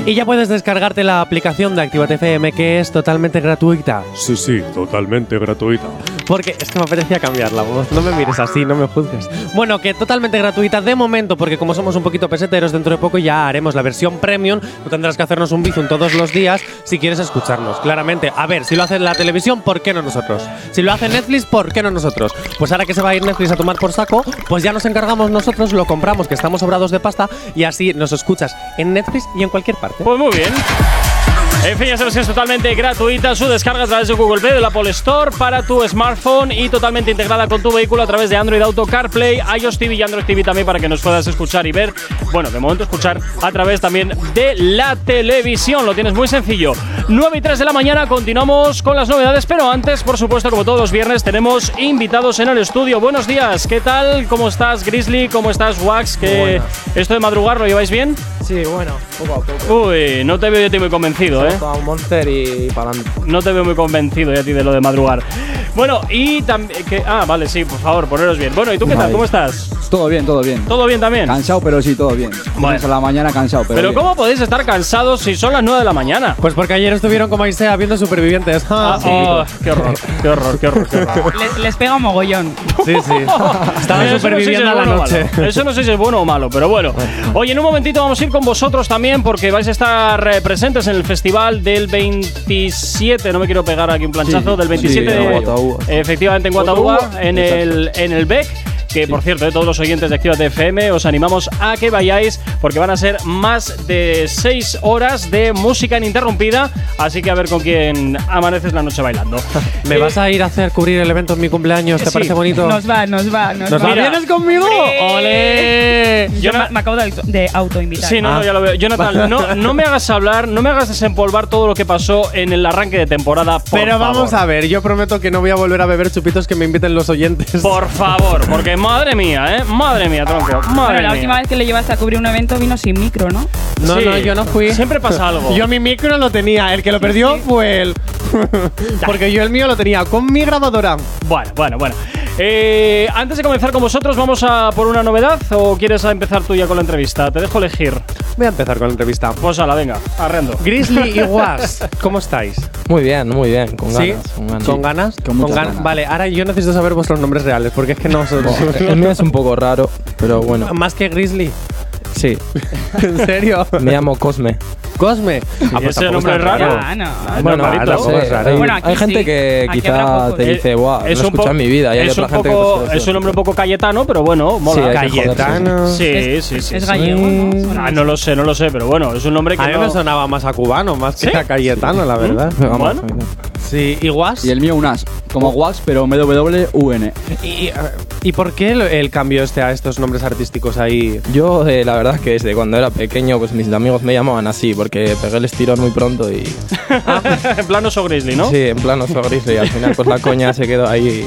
Speaker 4: Y ya puedes descargarte la aplicación de Actívate FM que es totalmente gratuita.
Speaker 9: Sí, sí, totalmente gratuita.
Speaker 4: Porque es que me apetecía cambiar la voz. No me mires así, no me juzgues. Bueno, que totalmente gratuita de momento, porque como somos un poquito peseteros, dentro de poco ya haremos la versión premium. Tú tendrás que hacernos un bizum todos los días si quieres escucharnos, claramente. A ver, si lo hace la televisión, ¿por qué no nosotros? Si lo hace Netflix, ¿por qué no nosotros? Pues ahora que se va a ir Netflix a tomar por saco, pues ya nos encargamos nosotros, lo compramos, que estamos sobrados de pasta, y así nos escuchas en Netflix y en cualquier parte.
Speaker 2: Pues muy bien. En fin, ya sabes que es totalmente gratuita su descarga a través de Google Play, de la Apple Store para tu smartphone y totalmente integrada con tu vehículo a través de Android Auto, CarPlay, iOS TV y Android TV también para que nos puedas escuchar y ver. Bueno, de momento escuchar a través también de la televisión. Lo tienes muy sencillo. 9 y 3 de la mañana continuamos con las novedades, pero antes, por supuesto, como todos los viernes, tenemos invitados en el estudio. Buenos días, ¿qué tal? ¿Cómo estás, Grizzly? ¿Cómo estás, Wax? ¿Qué esto de madrugar lo lleváis bien?
Speaker 10: Sí, bueno, poco a poco.
Speaker 2: Uy, no te veo yo a ti muy convencido, ¿eh?
Speaker 10: Toma un monster y, para adelante.
Speaker 2: No te veo muy convencido ya a ti de lo de madrugar. Bueno, y también... Ah, vale, sí, por favor, poneros bien. Bueno, ¿y tú qué tal?
Speaker 10: Vale.
Speaker 2: ¿Cómo estás?
Speaker 10: Todo bien, todo bien.
Speaker 2: ¿Todo bien también?
Speaker 10: Cansado, pero sí, todo bien. Vamos a la mañana cansado, pero.
Speaker 2: Pero
Speaker 10: bien.
Speaker 2: ¿cómo podéis estar cansados si son las 9 de la mañana?
Speaker 4: Pues porque ayer estuvieron como Aisea viendo supervivientes.
Speaker 2: Ah, oh, qué horror, qué horror, qué horror, qué horror.
Speaker 3: Les, les pega un mogollón.
Speaker 4: Sí, sí. Estaban
Speaker 2: Eso no sé
Speaker 4: superviviendo
Speaker 2: si es
Speaker 4: a la
Speaker 2: bueno o
Speaker 4: noche.
Speaker 2: malo. Eso no sé si es bueno o malo, pero bueno. Oye, en un momentito vamos a ir con vosotros también porque vais a estar eh, presentes en el festival del 27, no me quiero pegar aquí un planchazo, del 27
Speaker 10: sí, en
Speaker 2: de
Speaker 10: Guataúba.
Speaker 2: Efectivamente, en Guataúba, en el, en el BEC. Que por cierto, eh, todos los oyentes de Actívate FM os animamos a que vayáis porque van a ser más de 6 horas de música ininterrumpida. Así que a ver con quién amaneces la noche bailando.
Speaker 4: ¿Me
Speaker 2: Eh,
Speaker 4: vas a ir a hacer cubrir el evento en mi cumpleaños? ¿Te
Speaker 2: Sí.
Speaker 4: parece bonito?
Speaker 3: Nos va, nos va, nos,
Speaker 4: ¿Nos
Speaker 3: va.
Speaker 4: va?
Speaker 2: Mira.
Speaker 4: ¿Vienes conmigo?
Speaker 2: ¡Ole!
Speaker 3: Yo
Speaker 2: Yo
Speaker 3: me,
Speaker 2: na-
Speaker 3: me acabo de, auto- de autoinvitar.
Speaker 2: Sí, no,
Speaker 4: Ah.
Speaker 2: no, ya lo veo. Jonathan, no, no me hagas hablar, no me hagas desempolvar todo lo que pasó en el arranque de temporada. Por
Speaker 4: Pero vamos a ver, yo prometo que no voy a volver a beber chupitos que me inviten los oyentes.
Speaker 2: Por favor, porque madre mía, ¿eh? Madre mía, tronco. Madre
Speaker 3: Pero
Speaker 2: mía.
Speaker 3: la última vez que le llevaste a cubrir un evento vino sin micro, ¿no?
Speaker 4: No,
Speaker 2: Sí.
Speaker 4: no, yo no fui.
Speaker 2: Siempre pasa algo.
Speaker 4: Yo mi micro lo tenía, el que lo perdió fue él. Porque yo el mío lo tenía con mi grabadora.
Speaker 2: Bueno, bueno, bueno. Eh, antes de comenzar con vosotros, ¿vamos a por una novedad o quieres empezar tú ya con la entrevista? Te dejo elegir.
Speaker 4: Voy a empezar con la entrevista.
Speaker 2: Pues ala, venga, arrendo.
Speaker 4: Grizzly y Was, ¿cómo estáis?
Speaker 10: Muy bien, muy bien. Con
Speaker 4: ¿Sí?
Speaker 10: ganas. Con ganas.
Speaker 4: ¿Con ganas?
Speaker 10: Con muchas
Speaker 4: gan-
Speaker 10: ganas.
Speaker 4: Vale, ahora yo necesito saber vuestros nombres reales, porque es que no...
Speaker 10: Bueno, el mío es un poco raro, pero bueno.
Speaker 4: Más que Grizzly.
Speaker 10: Sí.
Speaker 4: ¿En serio?
Speaker 10: Me llamo Cosme.
Speaker 4: ¿Cosme?
Speaker 10: Ah, pues
Speaker 2: ese
Speaker 10: tampoco
Speaker 2: nombre
Speaker 10: está
Speaker 2: es raro.
Speaker 10: raro.
Speaker 2: Ah,
Speaker 10: Bueno,
Speaker 2: normalito.
Speaker 10: tampoco es raro. Hay-
Speaker 2: Bueno, aquí
Speaker 10: hay gente
Speaker 2: sí.
Speaker 10: que
Speaker 2: Aquí habrá
Speaker 10: Eh, quizá
Speaker 2: poco
Speaker 10: te
Speaker 2: de-
Speaker 10: dice, wow,
Speaker 2: Es
Speaker 10: no
Speaker 2: un
Speaker 10: escucha
Speaker 2: po-
Speaker 10: en mi vida. Y hay
Speaker 2: es,
Speaker 10: otra
Speaker 2: un
Speaker 10: gente
Speaker 2: poco-
Speaker 10: que sí,
Speaker 2: es un nombre un poco cayetano, pero bueno, mola.
Speaker 10: hay que joderse, Cayetano. sí.
Speaker 2: Sí,
Speaker 10: Es-
Speaker 2: sí, sí.
Speaker 10: es
Speaker 2: sí.
Speaker 10: gallego,
Speaker 2: Ah, no lo sé, no lo sé, pero bueno, es un nombre que.
Speaker 4: A mí
Speaker 2: no-
Speaker 4: me sonaba más a cubano, más que
Speaker 2: ¿Sí?
Speaker 4: a cayetano, la verdad.
Speaker 10: Pero Mm, vamos,
Speaker 4: Sí, ¿y Guas?
Speaker 10: Y el mío unas, como Wax, pero MWN.
Speaker 4: ¿Y, eh, ¿y por qué el, el cambio este a estos nombres artísticos ahí?
Speaker 10: Yo, eh, la verdad, que desde cuando era pequeño, pues mis amigos me llamaban así, porque pegué el estirón muy pronto y.
Speaker 2: en plano so Grizzly, ¿no?
Speaker 10: Sí, en plan oso gris, y al final, pues la coña se quedó ahí.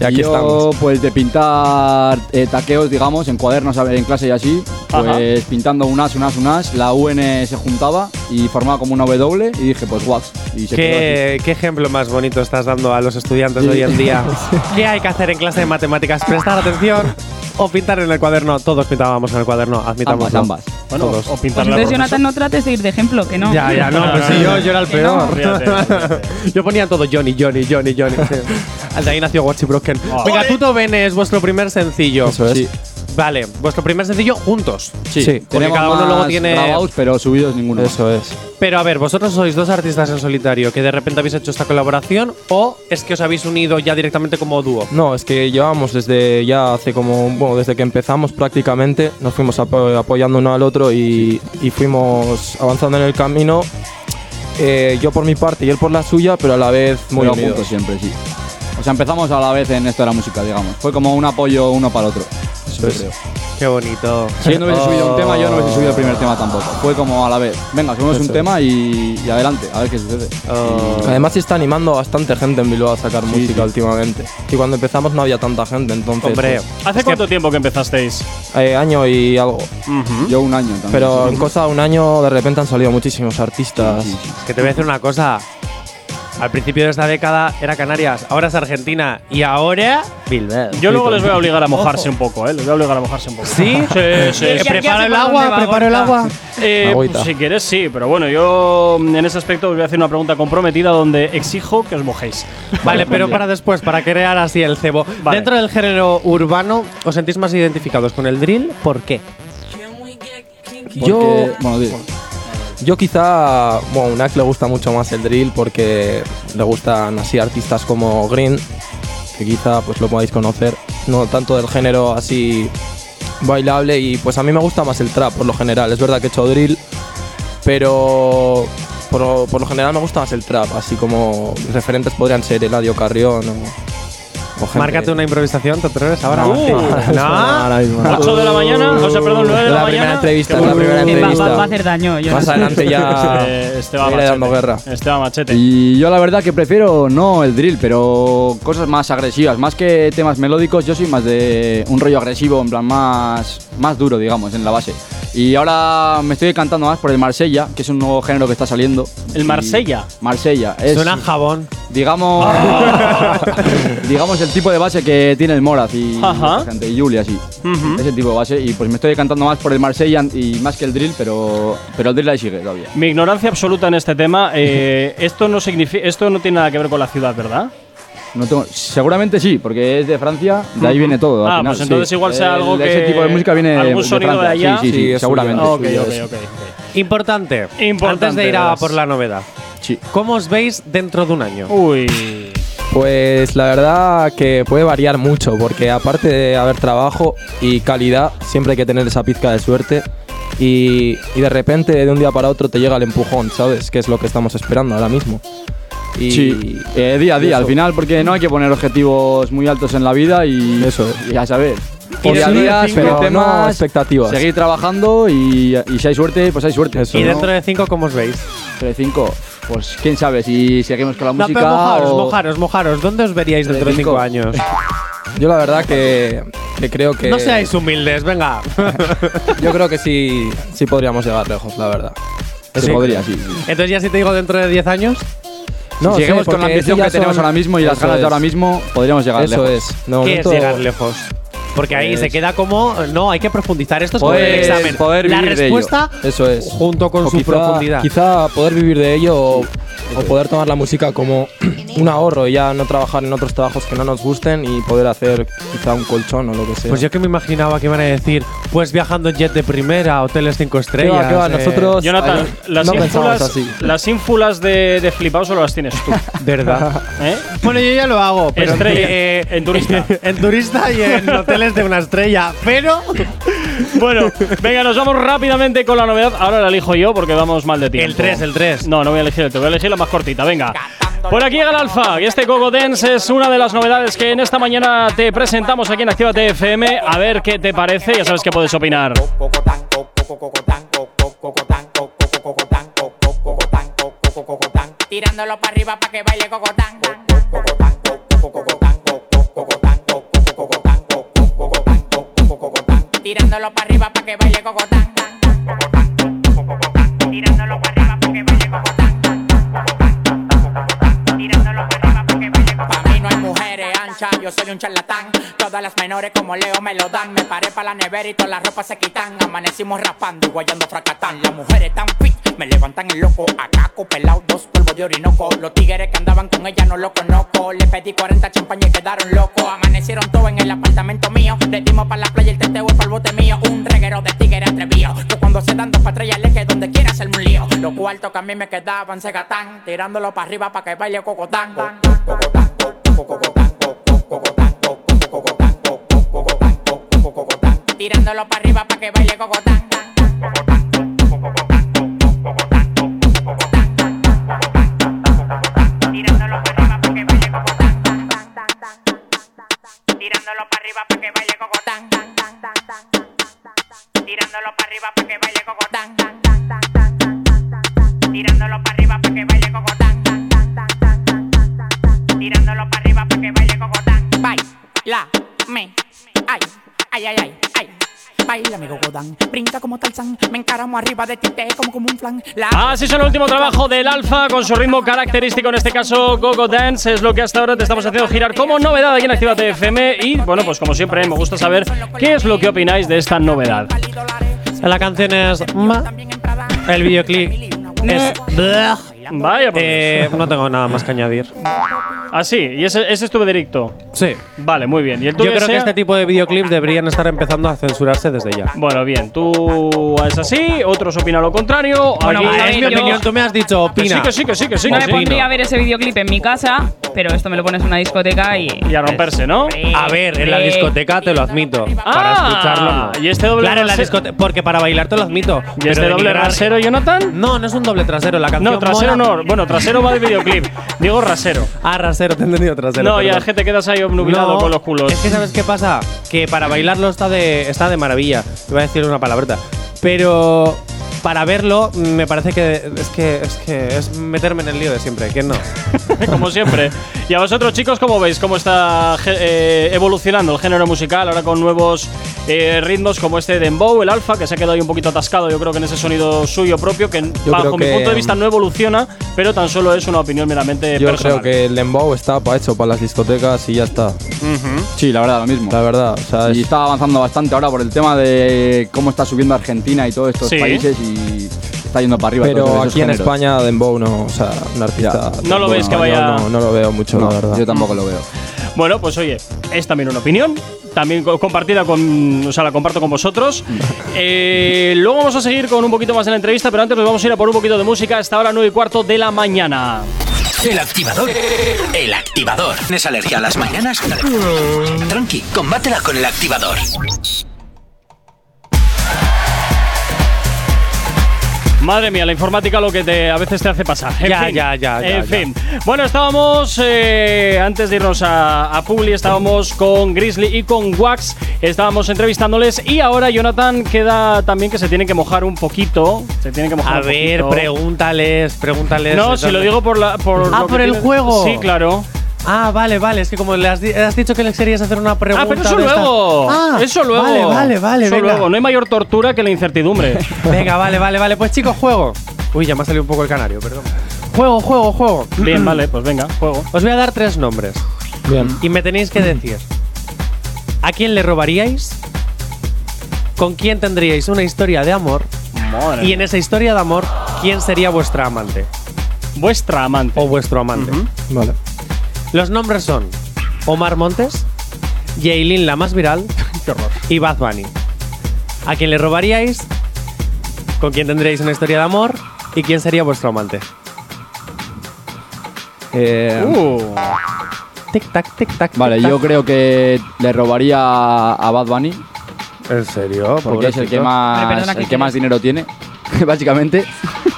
Speaker 10: Y aquí
Speaker 11: yo,
Speaker 10: estamos.
Speaker 11: pues de pintar eh, taqueos, digamos, en cuadernos a ver, en clase y así, pues
Speaker 10: Ajá.
Speaker 11: pintando un as, un as, un as, la UN se juntaba y formaba como una W y dije, pues wax. Y se quedó
Speaker 4: ¿Qué, qué ejemplo más bonito estás dando a los estudiantes de hoy en día? ¿Qué hay que hacer en clase de matemáticas? ¿Prestar atención o pintar en el cuaderno? Todos pintábamos en el cuaderno, admitamos.
Speaker 11: Ambas, ambas.
Speaker 2: Bueno, o pintar
Speaker 3: Pues Entonces, Jonathan, no trates de ir de ejemplo, que no.
Speaker 4: Ya, ya, no, pues sí, yo, yo era el
Speaker 3: Que no.
Speaker 4: peor. yo ponía todo Johnny, Johnny, Johnny, Johnny. Al de ahí nació Watchy Broken.
Speaker 2: Oh.
Speaker 4: Venga, tú Ven es vuestro primer sencillo.
Speaker 10: Eso es.
Speaker 4: Sí. Vale, vuestro primer sencillo juntos.
Speaker 10: Sí.
Speaker 4: Porque
Speaker 11: Tenemos
Speaker 4: cada uno
Speaker 11: más
Speaker 4: luego tiene.
Speaker 11: grabados, pero subidos ninguno.
Speaker 10: Eso es.
Speaker 4: Pero a ver, vosotros sois dos artistas en solitario que de repente habéis hecho esta colaboración o es que os habéis unido ya directamente como dúo.
Speaker 10: No, es que llevamos desde ya hace como, bueno, desde que empezamos prácticamente, nos fuimos apo- apoyando uno al otro y, y fuimos avanzando en el camino, eh, yo por mi parte y él por la suya, pero a la vez muy
Speaker 11: Pero
Speaker 10: unidos.
Speaker 11: juntos siempre, sí. O sea, empezamos a la vez en esto de la música, digamos. Fue como un apoyo uno para el otro.
Speaker 10: Eso es.
Speaker 4: Qué bonito.
Speaker 11: Si él no hubiese subido un tema, yo no hubiese
Speaker 10: Oh.
Speaker 11: subido el primer tema tampoco. Fue como a la vez. Venga, subimos un
Speaker 10: Eso es. Oh.
Speaker 11: tema y, y adelante, a ver qué sucede.
Speaker 10: Además se está animando a bastante gente en Bilbao a sacar música
Speaker 11: sí.
Speaker 10: últimamente. Y cuando empezamos no había tanta gente, entonces...
Speaker 4: Hombre,
Speaker 2: ¿Hace cuánto tiempo que empezasteis?
Speaker 10: pues, eh, año y algo.
Speaker 11: Yo un año también.
Speaker 10: Pero en cosa de un año de repente han salido muchísimos artistas.
Speaker 4: Es que te voy a decir una cosa. Al principio de esta década era Canarias, ahora es Argentina y ahora Bilbao.
Speaker 2: Yo luego les voy a obligar a mojarse un poco, ¿eh? Les voy a obligar a mojarse un poco.
Speaker 4: ¿Sí?
Speaker 2: Sí, sí.
Speaker 4: Eh,
Speaker 2: sí.
Speaker 4: preparo el agua, preparo el agua.
Speaker 2: Eh,
Speaker 10: Agüita.
Speaker 2: pues, si quieres, sí, pero bueno, yo mm, en ese aspecto os voy a hacer una pregunta comprometida donde exijo que os mojéis.
Speaker 4: Vale, pero para después, para crear así el cebo.
Speaker 2: Vale.
Speaker 4: Dentro del género urbano, ¿os sentís más identificados con el drill? ¿Por qué?
Speaker 10: Yo,
Speaker 11: Bueno, di.
Speaker 10: yo quizá, bueno, a Unac le gusta mucho más el drill porque le gustan así artistas como Green, que quizá pues lo podáis conocer, no tanto del género así bailable y pues a mí me gusta más el trap por lo general, es verdad que he hecho drill, pero por, lo- por lo general me gusta más el trap, así como mis referentes podrían ser Eladio Carrión o, o gente-
Speaker 4: Márcate una improvisación, ¿te atreves ahora?
Speaker 10: No,
Speaker 4: Martín?
Speaker 10: no, ahora mismo no.
Speaker 2: 8 de la mañana, o sea, perdón, 9 de la,
Speaker 10: La primera
Speaker 2: mañana.
Speaker 10: entrevista,
Speaker 2: Qué
Speaker 10: la
Speaker 2: bueno.
Speaker 10: primera
Speaker 3: Que va-
Speaker 10: entrevista.
Speaker 3: va, va a hacer daño. yo
Speaker 10: Más
Speaker 3: no sé.
Speaker 10: adelante ya
Speaker 2: Eh, Esteban
Speaker 10: le iré dando guerra.
Speaker 2: Machete. Esteban Machete.
Speaker 11: Y yo la verdad que prefiero no el drill, pero cosas más agresivas, más que temas melódicos, yo soy más de un rollo agresivo, en plan más, más duro, digamos, en la base. Y ahora me estoy decantando más por el Marsella, que es un nuevo género que está saliendo.
Speaker 2: El
Speaker 11: Y-
Speaker 2: Marsella.
Speaker 11: Marsella, es
Speaker 4: Suena a jabón.
Speaker 11: digamos
Speaker 2: Ah.
Speaker 11: digamos el tipo de base que tiene el Moraz y
Speaker 2: Ajá.
Speaker 11: esta gente, y Julia así.
Speaker 12: Mm-hmm.
Speaker 11: Ese tipo de base y pues me estoy decantando más por el Marsella y más que el drill, pero pero el drill ahí sigue todavía.
Speaker 2: Mi ignorancia absoluta en este tema. eh, esto, no significa, esto no tiene nada que ver con la ciudad, ¿verdad?
Speaker 11: No tengo- seguramente sí, porque es de Francia, de ahí viene todo. al
Speaker 2: Ah,
Speaker 11: final,
Speaker 2: pues entonces
Speaker 11: sí.
Speaker 2: igual sea
Speaker 11: El-
Speaker 2: algo que.
Speaker 11: Ese tipo de música viene
Speaker 2: algún
Speaker 11: de
Speaker 2: sonido
Speaker 11: Francia,
Speaker 2: de allá.
Speaker 11: Sí, sí, sí,
Speaker 10: Sí, es
Speaker 11: seguramente.
Speaker 10: suyo,
Speaker 2: Ok,
Speaker 10: suyo,
Speaker 2: ok,
Speaker 10: es-
Speaker 2: ok, ok.
Speaker 4: Importante.
Speaker 2: Importante,
Speaker 4: Antes de ir a
Speaker 2: verás.
Speaker 4: por la novedad.
Speaker 11: Sí.
Speaker 4: ¿Cómo os veis dentro de un año?
Speaker 2: Uy.
Speaker 10: Pues la verdad que puede variar mucho, porque aparte de haber trabajo y calidad, siempre hay que tener esa pizca de suerte. Y, y de repente, de un día para otro, te llega el empujón, ¿sabes? Que es lo que estamos esperando ahora mismo. Y
Speaker 11: Sí, eh, día a
Speaker 10: y
Speaker 11: día, al
Speaker 10: eso.
Speaker 11: final, porque no hay que poner objetivos muy altos en la vida y
Speaker 10: Eso es.
Speaker 11: y a saber.
Speaker 10: Por
Speaker 11: día a
Speaker 10: sí,
Speaker 11: día,
Speaker 10: pero
Speaker 11: subirte
Speaker 10: no
Speaker 11: más,
Speaker 10: expectativas.
Speaker 11: Seguir trabajando y, y si hay suerte, pues hay suerte.
Speaker 10: Eso.
Speaker 4: y
Speaker 10: ¿no?
Speaker 4: dentro de cinco, ¿cómo os veis?
Speaker 11: Entre cinco, pues quién sabe si seguimos con la
Speaker 4: No,
Speaker 11: música.
Speaker 4: pero mojaros,
Speaker 11: o-
Speaker 4: mojaros, mojaros. ¿Dónde os veríais dentro de cinco
Speaker 11: cinco.
Speaker 4: años?
Speaker 10: yo la verdad que, que creo que...
Speaker 4: No seáis humildes, venga.
Speaker 10: Yo creo que sí, sí podríamos llegar lejos, la verdad.
Speaker 11: Se
Speaker 4: Sí.
Speaker 11: podría, sí.
Speaker 4: Entonces ya si te digo dentro de 10 años,
Speaker 10: No,
Speaker 11: si seguimos
Speaker 10: sí,
Speaker 11: con la
Speaker 10: porque
Speaker 11: ambición
Speaker 10: sí ya
Speaker 11: que tenemos
Speaker 10: son-
Speaker 11: ahora mismo y las
Speaker 10: Eso
Speaker 11: ganas de
Speaker 10: es.
Speaker 11: ahora mismo, podríamos llegar
Speaker 10: Eso
Speaker 11: lejos.
Speaker 10: es. De
Speaker 4: ¿qué es
Speaker 10: momento-
Speaker 4: llegar lejos? Porque ahí se queda como, no, hay que profundizar. Esto es como el
Speaker 11: Poder-
Speaker 4: examen.
Speaker 11: Pues poder
Speaker 4: la
Speaker 11: vivir de ello.
Speaker 4: respuesta
Speaker 10: Eso es.
Speaker 4: junto con
Speaker 10: O
Speaker 4: su
Speaker 10: quizá,
Speaker 4: profundidad.
Speaker 10: Quizá poder vivir de ello o, o poder tomar la música como un ahorro y ya no trabajar en otros trabajos que no nos gusten y poder hacer quizá un colchón o lo que sea.
Speaker 4: Pues yo que me imaginaba que iban a decir, pues viajando en jet de primera, hoteles cinco estrellas. eh,
Speaker 10: qué va? Nosotros-
Speaker 2: Jonathan, las,
Speaker 10: no
Speaker 2: ínfulas,
Speaker 10: pensamos así.
Speaker 2: las ínfulas de, de flipado solo las tienes tú.
Speaker 4: ¿Verdad?
Speaker 2: ¿Eh?
Speaker 4: Bueno, yo ya lo hago, pero
Speaker 2: Estrella,
Speaker 4: eh,
Speaker 2: en turista.
Speaker 4: en turista y en hoteles de una estrella. Pero
Speaker 2: Bueno, venga, nos vamos rápidamente con la novedad. Ahora la elijo yo porque vamos mal de tiempo.
Speaker 4: El tres, el
Speaker 2: 3. No, no voy a elegir el 3, voy a elegir la más cortita, venga. Por aquí llega el Alfa y este Coco Dance es una de las novedades que en esta mañana te presentamos aquí en Activa FM. A ver qué te parece, ya sabes que puedes opinar.
Speaker 13: Tirándolo para arriba para que baile cocotán. Tirándolo para arriba para que baile cocotán. Tirándolo para arriba para que baile cocotán. Tirándolo para arriba para que baile cocotán. Para mí no hay mujeres anchas, yo soy un charlatán. Todas las menores como Leo me lo dan. Me paré para la nevera y todas las ropas se quitan. Amanecimos raspando y guayando fracatán. Las mujeres tan fit, me levantan el loco. A caco, pelado, dos polvos de orinoco. Los tigres que andaban con ella no lo conozco. Le pedí 40 champañas y quedaron locos. Amanecieron todos en el apartamento mío. Le dimos para la playa el teteo para el bote mío. Un reguero de tigres atrevido. Que cuando se dan dos patrullas le que donde quiera hacerme un lío. Los cuartos que a mí me quedaban se gatan. Tirándolo para arriba para que baile cocotán. Tirándolo para arriba para que baile cocotán. Tirándolo para arriba para que baile cocotán. Tirándolo para arriba para que baile cocotán. Tirándolo para arriba para que baile cocotán. Tirándolo para arriba para que baile cocotán. Baila me. Ay, ay, ay, ay, ay. Baila me cocotán. Brinca como Tarzán. Me encaramo arriba de ti, te como como un flan. La
Speaker 2: Así es el último trabajo del Alfa con su ritmo característico, en este caso Gogo Dance, es lo que hasta ahora te estamos haciendo girar como novedad aquí en Activa FM y bueno, pues como siempre me gusta saber qué es lo que opináis de esta novedad.
Speaker 4: la canción es Ma. El videoclip es
Speaker 2: Eh, Vaya, pues.
Speaker 4: Eh, no tengo nada más que añadir.
Speaker 2: Ah, sí, y ese, ese es tu veredicto.
Speaker 4: Sí.
Speaker 2: Vale, muy bien. ¿Y el
Speaker 4: Yo
Speaker 2: tuyo
Speaker 4: creo que
Speaker 2: sea?
Speaker 4: este tipo de videoclips deberían estar empezando a censurarse desde ya.
Speaker 2: Bueno, bien, tú es así, otros opinan lo contrario.
Speaker 4: Bueno,
Speaker 2: aquí-
Speaker 4: es mi opinión, tú me has dicho
Speaker 2: Que
Speaker 4: opina.
Speaker 2: sí, que sí, que sí, que sí.
Speaker 3: no
Speaker 2: que
Speaker 3: me
Speaker 2: sí.
Speaker 3: pondría a ver ese videoclip en mi casa, pero esto me lo pones en una discoteca y.
Speaker 2: Y a romperse, ¿no?
Speaker 4: A ver, en la discoteca te lo admito. para
Speaker 2: Eh, Ah,
Speaker 4: escucharlo. no.
Speaker 2: y este doble
Speaker 4: Claro, en la
Speaker 2: rasero-
Speaker 4: discoteca. Porque para bailar te lo admito.
Speaker 2: ¿Y este doble rasero, Jonathan?
Speaker 4: No, no es un doble trasero. La canción.
Speaker 2: No, trasero no.
Speaker 4: mola-
Speaker 2: Bueno, trasero va de videoclip. Digo rasero.
Speaker 4: Ah, rasero, te he entendido trasero.
Speaker 2: no, ya
Speaker 4: perdón.
Speaker 2: es que te quedas ahí obnubilado
Speaker 4: No,
Speaker 2: con los culos.
Speaker 4: Es que sabes qué pasa, que para bailarlo está de está de maravilla. Te voy a decir una palabrota, pero para verlo me parece que es que es que es meterme en el lío de siempre, que no.
Speaker 2: como siempre. Y a vosotros, chicos, ¿cómo veis? ¿Cómo está ge- eh, evolucionando el género musical ahora con nuevos eh, ritmos como este Dembow, el Alfa, que se ha quedado ahí un poquito atascado, yo creo que en ese sonido suyo propio, que bajo
Speaker 10: creo
Speaker 2: mi
Speaker 10: que,
Speaker 2: punto de vista
Speaker 10: mm,
Speaker 2: no evoluciona, pero tan solo es una opinión meramente
Speaker 10: Yo
Speaker 2: personal.
Speaker 10: creo que el dembow está pa- hecho para las discotecas y ya está.
Speaker 11: Sí, la verdad, lo mismo.
Speaker 10: La verdad, o sea, es-
Speaker 11: Y está avanzando bastante ahora por el tema de cómo está subiendo Argentina y todos estos
Speaker 2: Sí.
Speaker 11: países y está yendo para arriba. todos
Speaker 10: pero
Speaker 11: esos
Speaker 10: aquí en
Speaker 11: géneros.
Speaker 10: España dembow no, o sea, un artista
Speaker 2: No lo
Speaker 10: dembow
Speaker 2: veis que
Speaker 10: español
Speaker 2: vaya-
Speaker 10: no, no lo veo mucho, la verdad.
Speaker 11: Yo tampoco lo veo.
Speaker 2: Bueno, pues oye, es también una opinión, también co- compartida con, o sea, la comparto con vosotros. Eh, luego vamos a seguir con un poquito más de la entrevista, pero antes nos vamos a ir a por un poquito de música hasta ahora 9 y cuarto de la mañana.
Speaker 1: El activador. El activador. ¿Tienes alergia a las mañanas? Tranqui, combátela con el activador.
Speaker 2: Madre mía, la informática lo que te, a veces te hace pasar. En
Speaker 4: Ya,
Speaker 2: fin,
Speaker 4: ya, ya, ya,
Speaker 2: En
Speaker 4: ya.
Speaker 2: fin. Bueno, estábamos, eh, antes de irnos a, a Publi, estábamos con Grizzly y con Wax, estábamos entrevistándoles y ahora Jonathan queda también que se tiene que mojar un poquito. Se tiene que mojar
Speaker 4: A
Speaker 2: un
Speaker 4: ver,
Speaker 2: poquito.
Speaker 4: pregúntales, pregúntales.
Speaker 2: No, si
Speaker 4: entonces.
Speaker 2: lo digo por la. Por
Speaker 4: Ah,
Speaker 2: lo que
Speaker 4: por el
Speaker 2: tienes-
Speaker 4: juego.
Speaker 2: Sí, claro.
Speaker 4: Ah, vale, vale, es que como le has, di- has dicho que le querías hacer una pregunta.
Speaker 2: Ah, pero eso
Speaker 4: de esta-
Speaker 2: luego.
Speaker 4: Ah,
Speaker 2: eso luego.
Speaker 4: Vale, vale, vale,
Speaker 2: Eso
Speaker 4: venga.
Speaker 2: luego. No hay mayor tortura que la incertidumbre.
Speaker 4: Venga, vale, vale, vale. Pues chicos, juego. Uy, ya me ha salido un poco el canario, perdón. Juego, juego, juego.
Speaker 2: Bien, vale, pues venga, juego.
Speaker 4: Os voy a dar tres nombres.
Speaker 10: Bien.
Speaker 4: Y me tenéis que decir a quién le robaríais, con quién tendríais una historia de amor
Speaker 2: Madre
Speaker 4: y en esa historia de amor quién sería vuestra amante
Speaker 2: Vuestra amante.
Speaker 4: o vuestro amante.
Speaker 10: Vale.
Speaker 4: Los nombres son Omar Montes, Jaylin la más viral y Bad Bunny. ¿A quién le robaríais? ¿Con quién tendríais una historia de amor? ¿Y quién sería vuestro amante?
Speaker 11: Eh,
Speaker 4: Uh. Tic tac, tic tac.
Speaker 11: Vale,
Speaker 4: tic, tac.
Speaker 11: yo creo que le robaría a Bad Bunny.
Speaker 10: ¿En serio?
Speaker 11: Porque es el
Speaker 10: Pobrecito.
Speaker 11: que
Speaker 10: Hombre,
Speaker 11: más,
Speaker 10: perdona,
Speaker 11: el
Speaker 10: ¿qué
Speaker 11: que más dinero tiene, básicamente.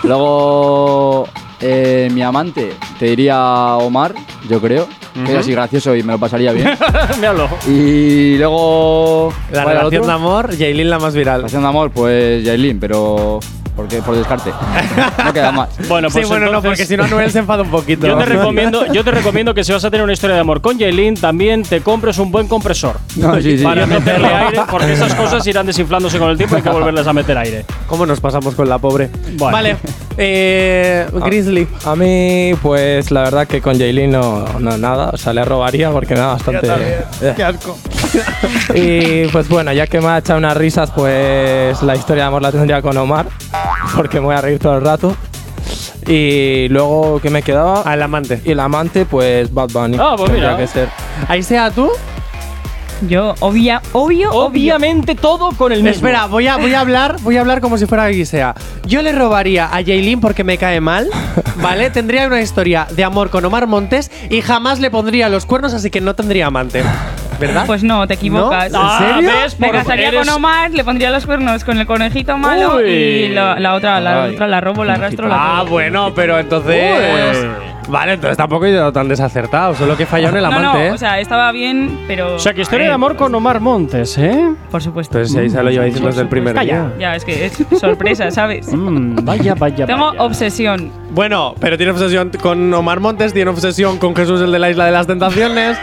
Speaker 11: Luego, eh, mi amante, te diría Omar, yo creo. Que
Speaker 2: Ujú.
Speaker 11: es así gracioso y me lo pasaría bien.
Speaker 2: Míralo.
Speaker 11: y luego...
Speaker 4: La
Speaker 11: ¿cuál era el
Speaker 4: relación
Speaker 11: otro?
Speaker 4: de amor, Jaylin la más viral.
Speaker 11: Relación de amor, pues Yailin, pero... Porque por descarte. No queda más.
Speaker 2: Bueno, pues
Speaker 4: sí, bueno, no,
Speaker 2: entonces-
Speaker 4: porque si no, Noel se enfada un poquito.
Speaker 2: Yo te, recomiendo, yo te recomiendo que si vas a tener una historia de amor con Jaylin, también te compres un buen compresor.
Speaker 4: No, sí, sí.
Speaker 2: Para
Speaker 4: Yo me
Speaker 2: meterle
Speaker 4: enterro.
Speaker 2: aire, porque esas cosas irán desinflándose con el tiempo y hay que volverles a meter aire.
Speaker 4: ¿Cómo nos pasamos con la pobre? Vale. Eh, Grizzly.
Speaker 10: A mí, pues la verdad que con Jaylin no, no nada. O sea, le robaría porque me da bastante. É. Eh.
Speaker 4: Qué asco.
Speaker 10: Y pues bueno, ya que me ha echado unas risas, pues la historia de amor la tendría con Omar, porque me voy a reír todo el rato. Y luego, ¿qué me quedaba?
Speaker 4: Al amante.
Speaker 10: Y el amante, pues Bad Bunny.
Speaker 2: Ah, pues
Speaker 10: Tendría
Speaker 2: mira.
Speaker 10: que ser.
Speaker 4: Ahí sea tú.
Speaker 3: Yo, obvia, obvio,
Speaker 2: Obviamente todo con el mismo.
Speaker 4: Espera, voy a, voy a hablar, voy a hablar como si fuera Guisea. Yo le robaría a Jaylin porque me cae mal, ¿vale? tendría una historia de amor con Omar Montes y jamás le pondría los cuernos, así que no tendría amante. ¿Verdad?
Speaker 3: Pues no, te equivocas.
Speaker 4: ¿En
Speaker 2: Ah,
Speaker 4: serio?
Speaker 3: Me casaría con Omar, le pondría los cuernos con el conejito malo
Speaker 4: Uy.
Speaker 3: y lo- la otra, la
Speaker 4: Ay.
Speaker 3: otra la robo, la arrastro, la
Speaker 4: Ah,
Speaker 3: robo.
Speaker 4: bueno, pero entonces. Vale, entonces tampoco he ido tan desacertado, solo que he fallado en el
Speaker 3: No,
Speaker 4: amante,
Speaker 3: no,
Speaker 4: ¿eh?
Speaker 3: o sea, estaba bien, pero...
Speaker 2: O sea, que historia de amor con Omar Montes, ¿eh?
Speaker 3: Por supuesto.
Speaker 4: Pues ahí se lo lleváis
Speaker 2: Por
Speaker 4: desde el primer
Speaker 2: supuesto.
Speaker 4: día.
Speaker 3: Ya, es que es sorpresa, ¿sabes?
Speaker 2: Mm, vaya, vaya,
Speaker 3: Tengo obsesión.
Speaker 4: Bueno, pero tiene obsesión con Omar Montes, tiene obsesión con Jesús, el de la Isla de las Tentaciones.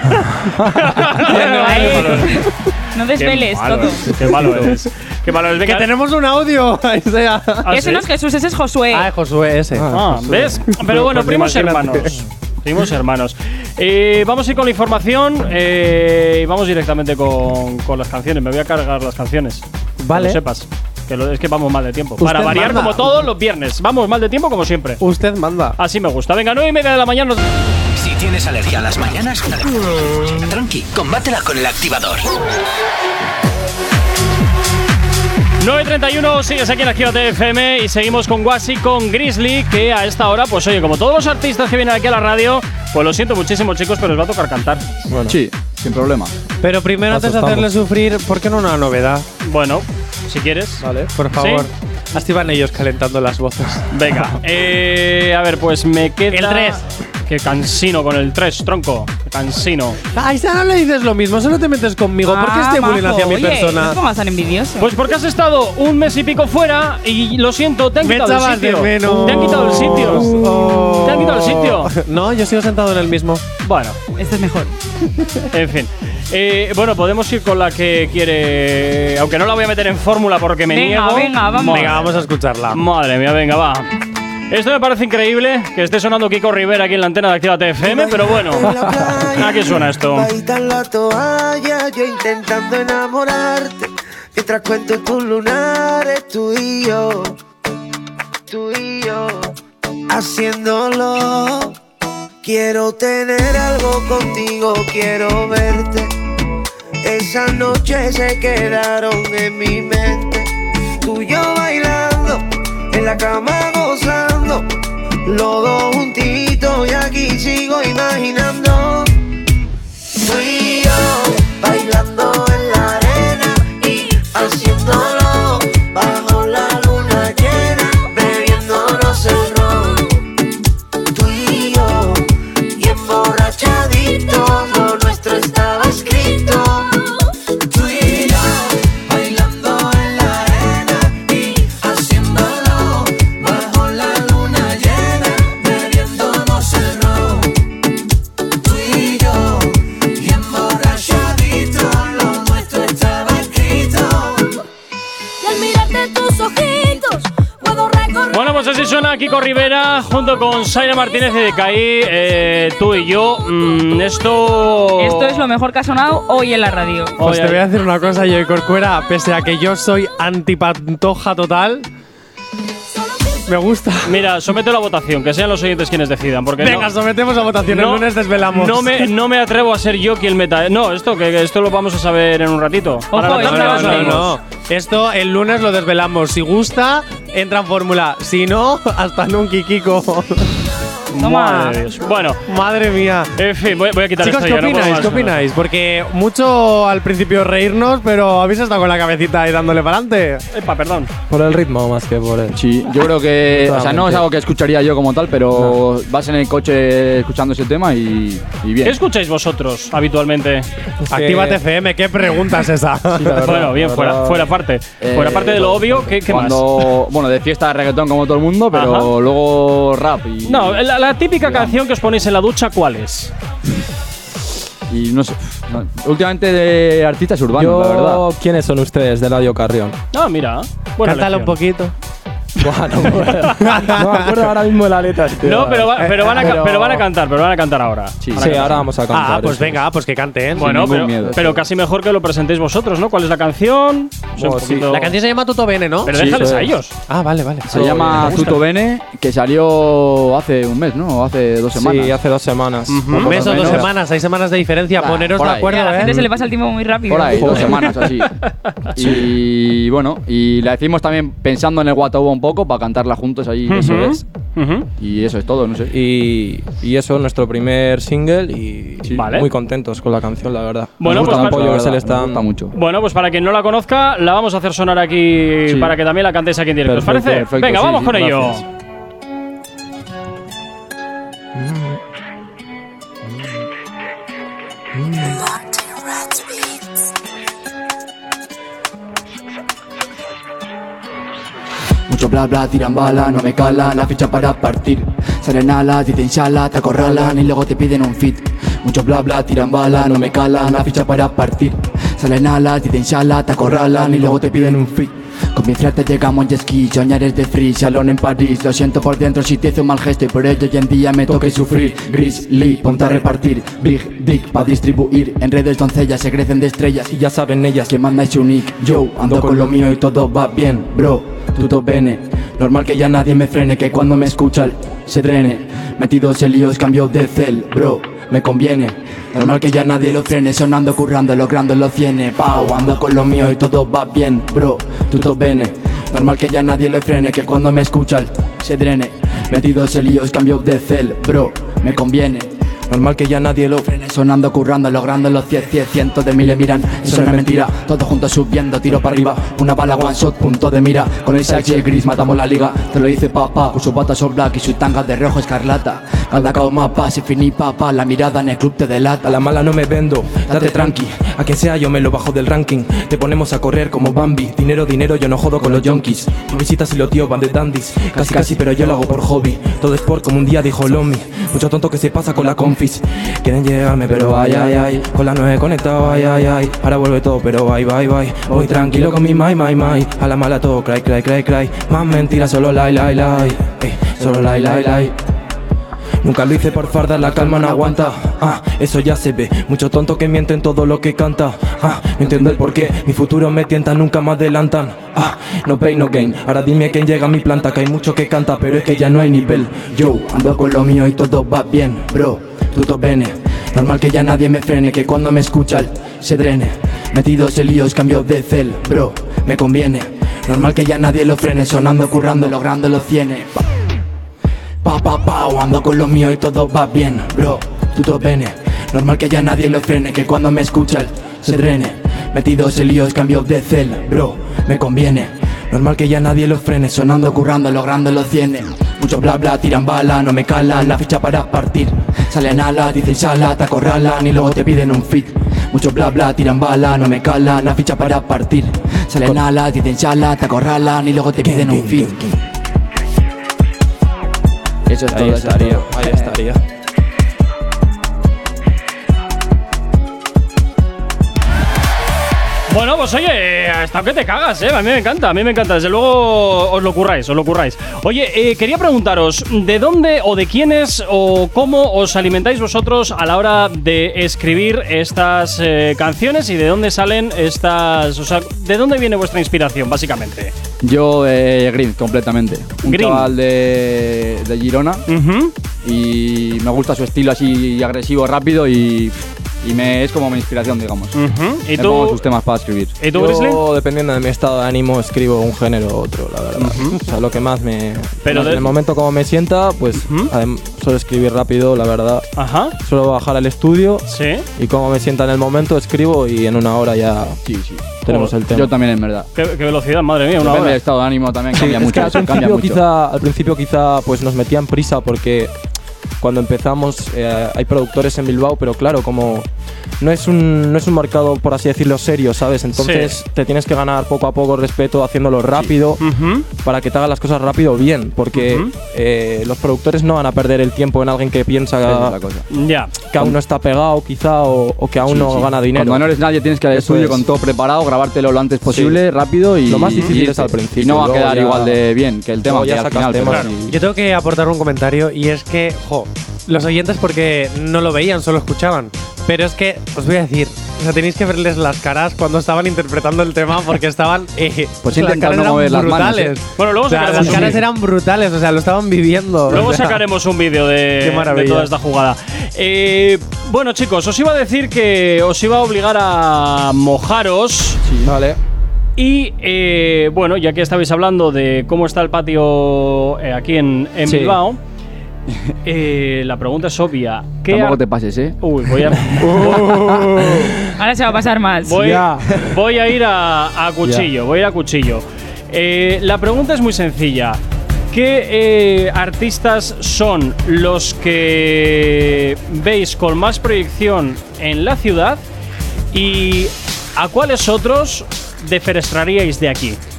Speaker 3: No desveles todo.
Speaker 2: Qué malo eres. Qué malo eres.
Speaker 4: que
Speaker 2: Venga,
Speaker 4: tenemos un audio. ahí sea.
Speaker 3: Ese no es Jesús, ese es Josué.
Speaker 4: Ah, Josué ese.
Speaker 2: Ah, ¿ves? Pero bueno, primos hermanos. Primos hermanos. Eh, vamos a ir con la información eh, y vamos directamente con, con las canciones. Me voy a cargar las canciones.
Speaker 4: Vale.
Speaker 2: Que lo sepas. Que lo- es que vamos mal de tiempo.
Speaker 4: Usted
Speaker 2: Para variar
Speaker 4: manda.
Speaker 2: como todos los viernes. Vamos mal de tiempo como siempre.
Speaker 4: Usted manda.
Speaker 2: Así me gusta. Venga, 9 y media de la mañana. nos-
Speaker 1: Si tienes alergia a las mañanas, tranqui, combátela con el activador.
Speaker 2: 9.31, sigues aquí en Activa FM y seguimos con Guasi, con Grizzly, que a esta hora, pues oye, como todos los artistas que vienen aquí a la radio, pues lo siento muchísimo chicos, pero les va a tocar cantar.
Speaker 11: Sí, sin problema.
Speaker 4: Pero primero,
Speaker 11: Nos
Speaker 4: antes de
Speaker 11: asustamos.
Speaker 4: hacerle sufrir, ¿por qué no una novedad?
Speaker 2: Bueno, si quieres.
Speaker 4: Vale. Por favor.
Speaker 2: ¿Sí?
Speaker 4: Así van ellos calentando las voces.
Speaker 2: Venga, eh, a ver, pues me queda.
Speaker 4: El tres.
Speaker 2: Que cansino con el 3, tronco. Qué Cansino.
Speaker 4: Ay, ya Ah, no le dices lo mismo, solo te metes conmigo. ¿Por qué
Speaker 3: Ah,
Speaker 4: este bullying
Speaker 3: majo,
Speaker 4: hacia mi
Speaker 3: oye, No
Speaker 4: persona?
Speaker 3: te pongas tan envidioso.
Speaker 2: Pues porque has estado un mes y pico fuera y lo siento, te han
Speaker 4: Me
Speaker 2: quitado el
Speaker 4: echabas de
Speaker 2: sitio.
Speaker 4: menos.
Speaker 2: Te han quitado el sitio.
Speaker 4: Oh.
Speaker 2: Te han quitado el sitio.
Speaker 4: No, yo sigo sentado en el mismo.
Speaker 2: Bueno,
Speaker 3: Este es mejor.
Speaker 2: en fin. Eh, bueno, podemos ir con la que quiere. Aunque no la voy a meter en fórmula porque me
Speaker 3: Venga,
Speaker 2: niego.
Speaker 3: venga, vamos.
Speaker 2: Venga,
Speaker 4: Venga, vamos a escucharla.
Speaker 2: Madre mía, venga, va. Esto me parece increíble que esté sonando Kiko Rivera aquí en la antena de Activa TFM, pero bueno. Aquí suena esto.
Speaker 12: Bailan la toalla, yo intentando enamorarte. Mientras cuento tus lunares, tú y yo, tú y yo. Haciéndolo, quiero tener algo contigo, quiero verte. Esas noches se quedaron en mi mente. Tú y yo bailando, en la cama gozando. Los dos juntitos y aquí sigo imaginando. Fui yo bailando en la arena y haciéndolo bajo la luna llena, bebiéndonos el ron. Tú y yo, y emborrachadito, lo nuestro estaba escrito. Tú y yo, bailando en la arena y haciéndolo bajo la luna llena, bebiéndonos el ron. Tú y yo. Y emborrachadito, lo nuestro estaba escrito.
Speaker 14: Y al mirarte tus ojitos, puedo recorrer.
Speaker 2: Bueno, pues así suena Kiko Rivera junto con Zaira Martínez y Decaí, eh, tú y yo. Mm, esto.
Speaker 3: Esto es lo mejor que ha sonado hoy en la radio.
Speaker 4: Pues te
Speaker 2: Oye,
Speaker 4: voy a decir una cosa, Joey Corcuera. Pese a que yo soy antipantoja total, Me gusta.
Speaker 2: Mira, someto la votación, que sean los oyentes quienes decidan. Porque
Speaker 4: Venga,
Speaker 2: no,
Speaker 4: sometemos a votación.
Speaker 2: No,
Speaker 4: el lunes desvelamos.
Speaker 2: no me, no me atrevo a ser yo quien meta. No, esto que que esto lo vamos a saber en un ratito. Ahora
Speaker 4: no,
Speaker 2: lo
Speaker 4: no,
Speaker 2: tenemos
Speaker 4: no,
Speaker 2: ahí.
Speaker 4: no. Esto el lunes lo desvelamos. Si gusta, entra en fórmula. Si no, hasta nunca, y Kiko.
Speaker 2: Madre de Dios. Bueno,
Speaker 4: madre mía.
Speaker 2: En fin, voy, voy a quitar
Speaker 4: Chicos,
Speaker 2: esto ya, no
Speaker 4: ¿qué
Speaker 2: puedo
Speaker 4: opináis?
Speaker 2: más.
Speaker 4: ¿Qué opináis? Porque mucho al principio reírnos, pero habéis estado con la cabecita ahí dándole para adelante.
Speaker 2: Epa, perdón.
Speaker 10: Por el ritmo más que por el.
Speaker 11: Sí, yo creo que. O sea, no es algo que escucharía yo como tal, pero vas en el coche escuchando ese tema y, y bien.
Speaker 2: ¿Qué escucháis vosotros habitualmente?
Speaker 4: Actívate FM, qué pregunta es esa.
Speaker 2: bueno, bien, fuera, fuera parte. fuera parte de lo obvio, ¿qué, qué más?
Speaker 11: Eh, cuando, Bueno, de fiesta reggaetón como todo el mundo, pero
Speaker 2: Ajá.
Speaker 11: luego rap
Speaker 4: Eh,
Speaker 11: y.
Speaker 2: No, la, la típica canción que os ponéis en la ducha, ¿cuál es?
Speaker 11: Y no sé. no, últimamente de artistas urbanos,
Speaker 10: Yo-
Speaker 11: la verdad.
Speaker 10: ¿Quiénes son ustedes de Radio Carrión?
Speaker 2: Ah, mira. Bueno,
Speaker 4: Cántalo un poquito.
Speaker 10: No me acuerdo ahora mismo de la letra. tío.
Speaker 2: No, pero, va- pero, van a, ca-
Speaker 10: Pero-
Speaker 2: pero van a cantar, pero van a cantar ahora.
Speaker 10: Sí, ahora vamos a cantar.
Speaker 4: Eh, Ah, pues
Speaker 10: eso.
Speaker 4: venga, pues que canten.
Speaker 2: Bueno, pero, pero casi mejor que lo presentéis vosotros, ¿no? ¿Cuál es la canción? O sea, un poquito-
Speaker 4: Pues La canción se llama Tuto Bene, ¿no?
Speaker 2: Pero déjales a ellos.
Speaker 4: Ah, vale, vale.
Speaker 11: Se llama Tuto Bene, que salió hace un mes, ¿no? O hace dos
Speaker 4: Sí,
Speaker 11: semanas.
Speaker 10: hace dos semanas.
Speaker 4: Un mes o dos semanas, hay semanas de diferencia.
Speaker 11: Ah,
Speaker 4: Poneros
Speaker 11: por
Speaker 4: de
Speaker 11: ahí.
Speaker 4: acuerdo,
Speaker 11: Ya,
Speaker 3: A la
Speaker 4: ¿eh?
Speaker 3: gente se le pasa el tiempo muy rápido.
Speaker 11: Por ahí, dos semanas así. Y bueno, y la decimos también pensando en el Guatahuba un poco para cantarla juntos ahí. Eso es. Y eso es todo, no sé.
Speaker 10: Y, y eso, nuestro primer single y
Speaker 2: Vale.
Speaker 10: muy contentos con la canción, la verdad.
Speaker 2: Bueno,
Speaker 10: Nos
Speaker 2: pues
Speaker 10: gusta el apoyo
Speaker 2: para-
Speaker 10: que se le está
Speaker 2: Nos
Speaker 10: dando. mucho.
Speaker 2: Bueno, pues para quien no la conozca, la vamos a hacer sonar aquí
Speaker 10: Sí.
Speaker 2: para que también la cantéis aquí en directo. ¿Os
Speaker 10: Perfecto,
Speaker 2: parece?
Speaker 10: perfecto,
Speaker 2: Venga,
Speaker 10: sí,
Speaker 2: vamos
Speaker 10: sí,
Speaker 2: con
Speaker 10: gracias.
Speaker 2: ello.
Speaker 15: Mucho bla bla, tiran bala, no me cala la ficha para partir. Salen alas, dicen shala, te acorralan y luego te piden un fit. Mucho bla bla, tiran bala, no me cala la ficha para partir. Salen alas, dicen shala, te acorralan y luego te piden un fit. Con mi te llegamos en jet ski, soñar es de free, salón en París. Lo siento por dentro si te hice un mal gesto y por ello hoy en día me toca sufrir. Grizzly, ponte a repartir, Big Dick pa' distribuir. En redes doncellas se crecen de estrellas y ya saben ellas que manda es unique. Yo ando con lo mío y todo va bien, bro, todo bene. Normal que ya nadie me frene, que cuando me escucha el- se drene. Metidos en líos, cambio de cel, bro, me conviene. Normal que ya nadie lo frene, sonando, currando, logrando los cienes. Pau, ando con lo mío y todo va bien, bro, todo bene. Normal que ya nadie lo frene, que cuando me escucha el- se drene. Metidos en líos, cambio de cel, bro, me conviene. Normal que ya nadie lo frene Sonando, currando, logrando los 10, 100, cientos de miles miran Eso no es mentira, todos juntos subiendo, tiro para arriba Una bala, one shot, punto de mira Con el sax y el gris matamos la liga Te lo dice papá, con sus botas son black y sus tangas de rojo escarlata Cada cao mapa, se finí papá, la mirada en el club te delata
Speaker 16: La mala no me vendo, date tranqui. A quien sea yo me lo bajo del ranking. Te ponemos a correr como Bambi. Dinero, dinero, yo no jodo con los yonkis. Tú visitas y los tíos van de dandies. Casi, casi, pero yo lo hago por hobby. Todo es por como un día dijo Lomi. Mucho tonto que se pasa con la confis. Quieren llevarme, pero ay, ay, ay. Con la no he conectado, ay, ay, ay. Ahora vuelve todo, pero bye, bye, bye. Voy tranquilo con mi my, my, my. A la mala todo, cry, cry, cry, cry. Más mentiras, solo lai, lai, lai. Ey, solo lai, lai, lai. Nunca lo hice por farda, la calma no aguanta. Ah, eso ya se ve. Mucho tonto que miente en todo lo que canta. Ah, no entiendo el porqué. Mi futuro me tienta, nunca me adelantan. Ah, no pay, no gain. Ahora dime quién llega a mi planta, que hay mucho que canta, pero es que ya no hay nivel.
Speaker 15: Yo ando con lo mío y todo va bien, bro, todo bene. Normal que ya nadie me frene, que cuando me escucha el- se drene. Metidos en líos, cambio de cel, bro, me conviene. Normal que ya nadie lo frene, sonando, currando, logrando los cienes. Pa, pa, pa, pao, ando con lo mío y todo va bien, bro, todo bene. Normal que ya nadie lo frene, que cuando me escucha el- se drene. Metidos en líos, cambio de cel, bro, me conviene. Normal que ya nadie los frene, sonando, currando, logrando los cienes. Mucho bla bla, tiran bala, no me calan, la ficha para partir. Salen alas, dicen sala, te acorralan y luego te piden un fit. Mucho bla bla, tiran bala, no me calan, la ficha para partir. Salen alas, dicen sala, te acorralan y luego te piden un fit. Eso es todo,
Speaker 10: Ahí
Speaker 15: eso es
Speaker 10: estaría,
Speaker 15: todo.
Speaker 10: ahí estaría.
Speaker 2: Bueno, pues oye, hasta que te cagas, ¿eh? A mí me encanta, a mí me encanta. Desde luego os lo curráis, os lo curráis. Oye, eh, quería preguntaros, ¿de dónde o de quiénes o cómo os alimentáis vosotros a la hora de escribir estas eh, canciones y de dónde salen estas... O sea, ¿de dónde viene vuestra inspiración, básicamente?
Speaker 11: Yo de Green, completamente. Un
Speaker 2: Green.
Speaker 11: chaval de, de Girona. Y me gusta su estilo así agresivo, rápido y, y me, es como mi inspiración, digamos.
Speaker 2: ¿Y
Speaker 11: Me
Speaker 2: tú?
Speaker 11: pongo sus temas para escribir.
Speaker 2: ¿Y tú,
Speaker 10: Yo,
Speaker 2: Grizzly?
Speaker 10: dependiendo de mi estado de ánimo, escribo un género u otro, la verdad. O sea, lo que más me.
Speaker 2: Pero
Speaker 10: más
Speaker 2: de-
Speaker 10: En el momento como me sienta, pues adem- suelo escribir rápido, la verdad.
Speaker 2: Ajá.
Speaker 10: Suelo bajar al estudio.
Speaker 2: Sí.
Speaker 10: Y como me sienta en el momento, escribo y en una hora ya. Tenemos
Speaker 11: Joder.
Speaker 10: el tema.
Speaker 11: Yo también, en verdad.
Speaker 2: ¿Qué, qué velocidad, madre mía, una
Speaker 11: Depende
Speaker 2: hora.
Speaker 11: del estado de ánimo también,
Speaker 10: Sí,
Speaker 11: cambia
Speaker 10: es que
Speaker 11: mucho.
Speaker 10: al
Speaker 11: cambia
Speaker 10: principio,
Speaker 11: mucho.
Speaker 10: quizá, al principio quizá pues nos metían prisa porque cuando empezamos eh, hay productores en Bilbao, pero claro, como no es un no es un mercado por así decirlo serio, ¿sabes? Entonces te tienes que ganar poco a poco respeto haciéndolo rápido para que te hagan las cosas rápido bien, porque
Speaker 2: Ujú.
Speaker 10: eh, los productores no van a perder el tiempo en alguien que piensa
Speaker 11: Esa es la cosa.
Speaker 2: Ya.
Speaker 10: que aún no está pegado quizá o, o que aún
Speaker 11: Sí,
Speaker 10: no
Speaker 11: sí.
Speaker 10: gana dinero.
Speaker 11: Cuando no eres nadie tienes que ir al
Speaker 10: Eso
Speaker 11: estudio
Speaker 10: es.
Speaker 11: con todo preparado, grabártelo lo antes posible, rápido y.
Speaker 10: Pues Lo más
Speaker 11: y
Speaker 10: difícil
Speaker 11: irte.
Speaker 10: es al principio,
Speaker 11: Y no va a
Speaker 10: luego
Speaker 11: quedar
Speaker 10: ya-
Speaker 11: igual de bien que el tema
Speaker 10: luego ya
Speaker 11: que al
Speaker 10: sacas
Speaker 11: final.
Speaker 10: temas
Speaker 11: pero-
Speaker 4: Yo tengo que aportar un comentario y es que, jo, los oyentes porque no lo veían, solo escuchaban. Pero es que os voy a decir, o sea, tenéis que verles las caras cuando estaban interpretando el tema porque estaban. eh,
Speaker 11: Pues
Speaker 4: las
Speaker 11: intentando
Speaker 4: caras eran
Speaker 11: mover las manos,
Speaker 4: brutales.
Speaker 11: ¿eh?
Speaker 2: Bueno, luego
Speaker 4: O sea,
Speaker 2: sacaremos
Speaker 4: las
Speaker 2: un
Speaker 4: caras
Speaker 2: vídeo.
Speaker 4: eran brutales, o sea, lo estaban viviendo.
Speaker 2: Luego
Speaker 4: o sea.
Speaker 2: sacaremos un vídeo de,
Speaker 4: Qué maravilla.
Speaker 2: de toda esta jugada. Eh, bueno, chicos, os iba a decir que os iba a obligar a mojaros.
Speaker 10: Vale.
Speaker 2: Y eh, bueno, ya que estabais hablando de cómo está el patio eh, aquí en, en
Speaker 11: Sí.
Speaker 2: Bilbao, eh, la pregunta es obvia. ¿Qué
Speaker 11: Tampoco
Speaker 2: ar-
Speaker 11: te pases, ¿eh?
Speaker 2: Uy, voy a,
Speaker 10: Uh.
Speaker 3: Ahora se va a pasar mal.
Speaker 2: voy, voy a ir a, a cuchillo, voy a ir a cuchillo. Eh, la pregunta es muy sencilla. ¿Qué eh, artistas son los que veis con más proyección en la ciudad y a cuáles otros defenestraríais de aquí? la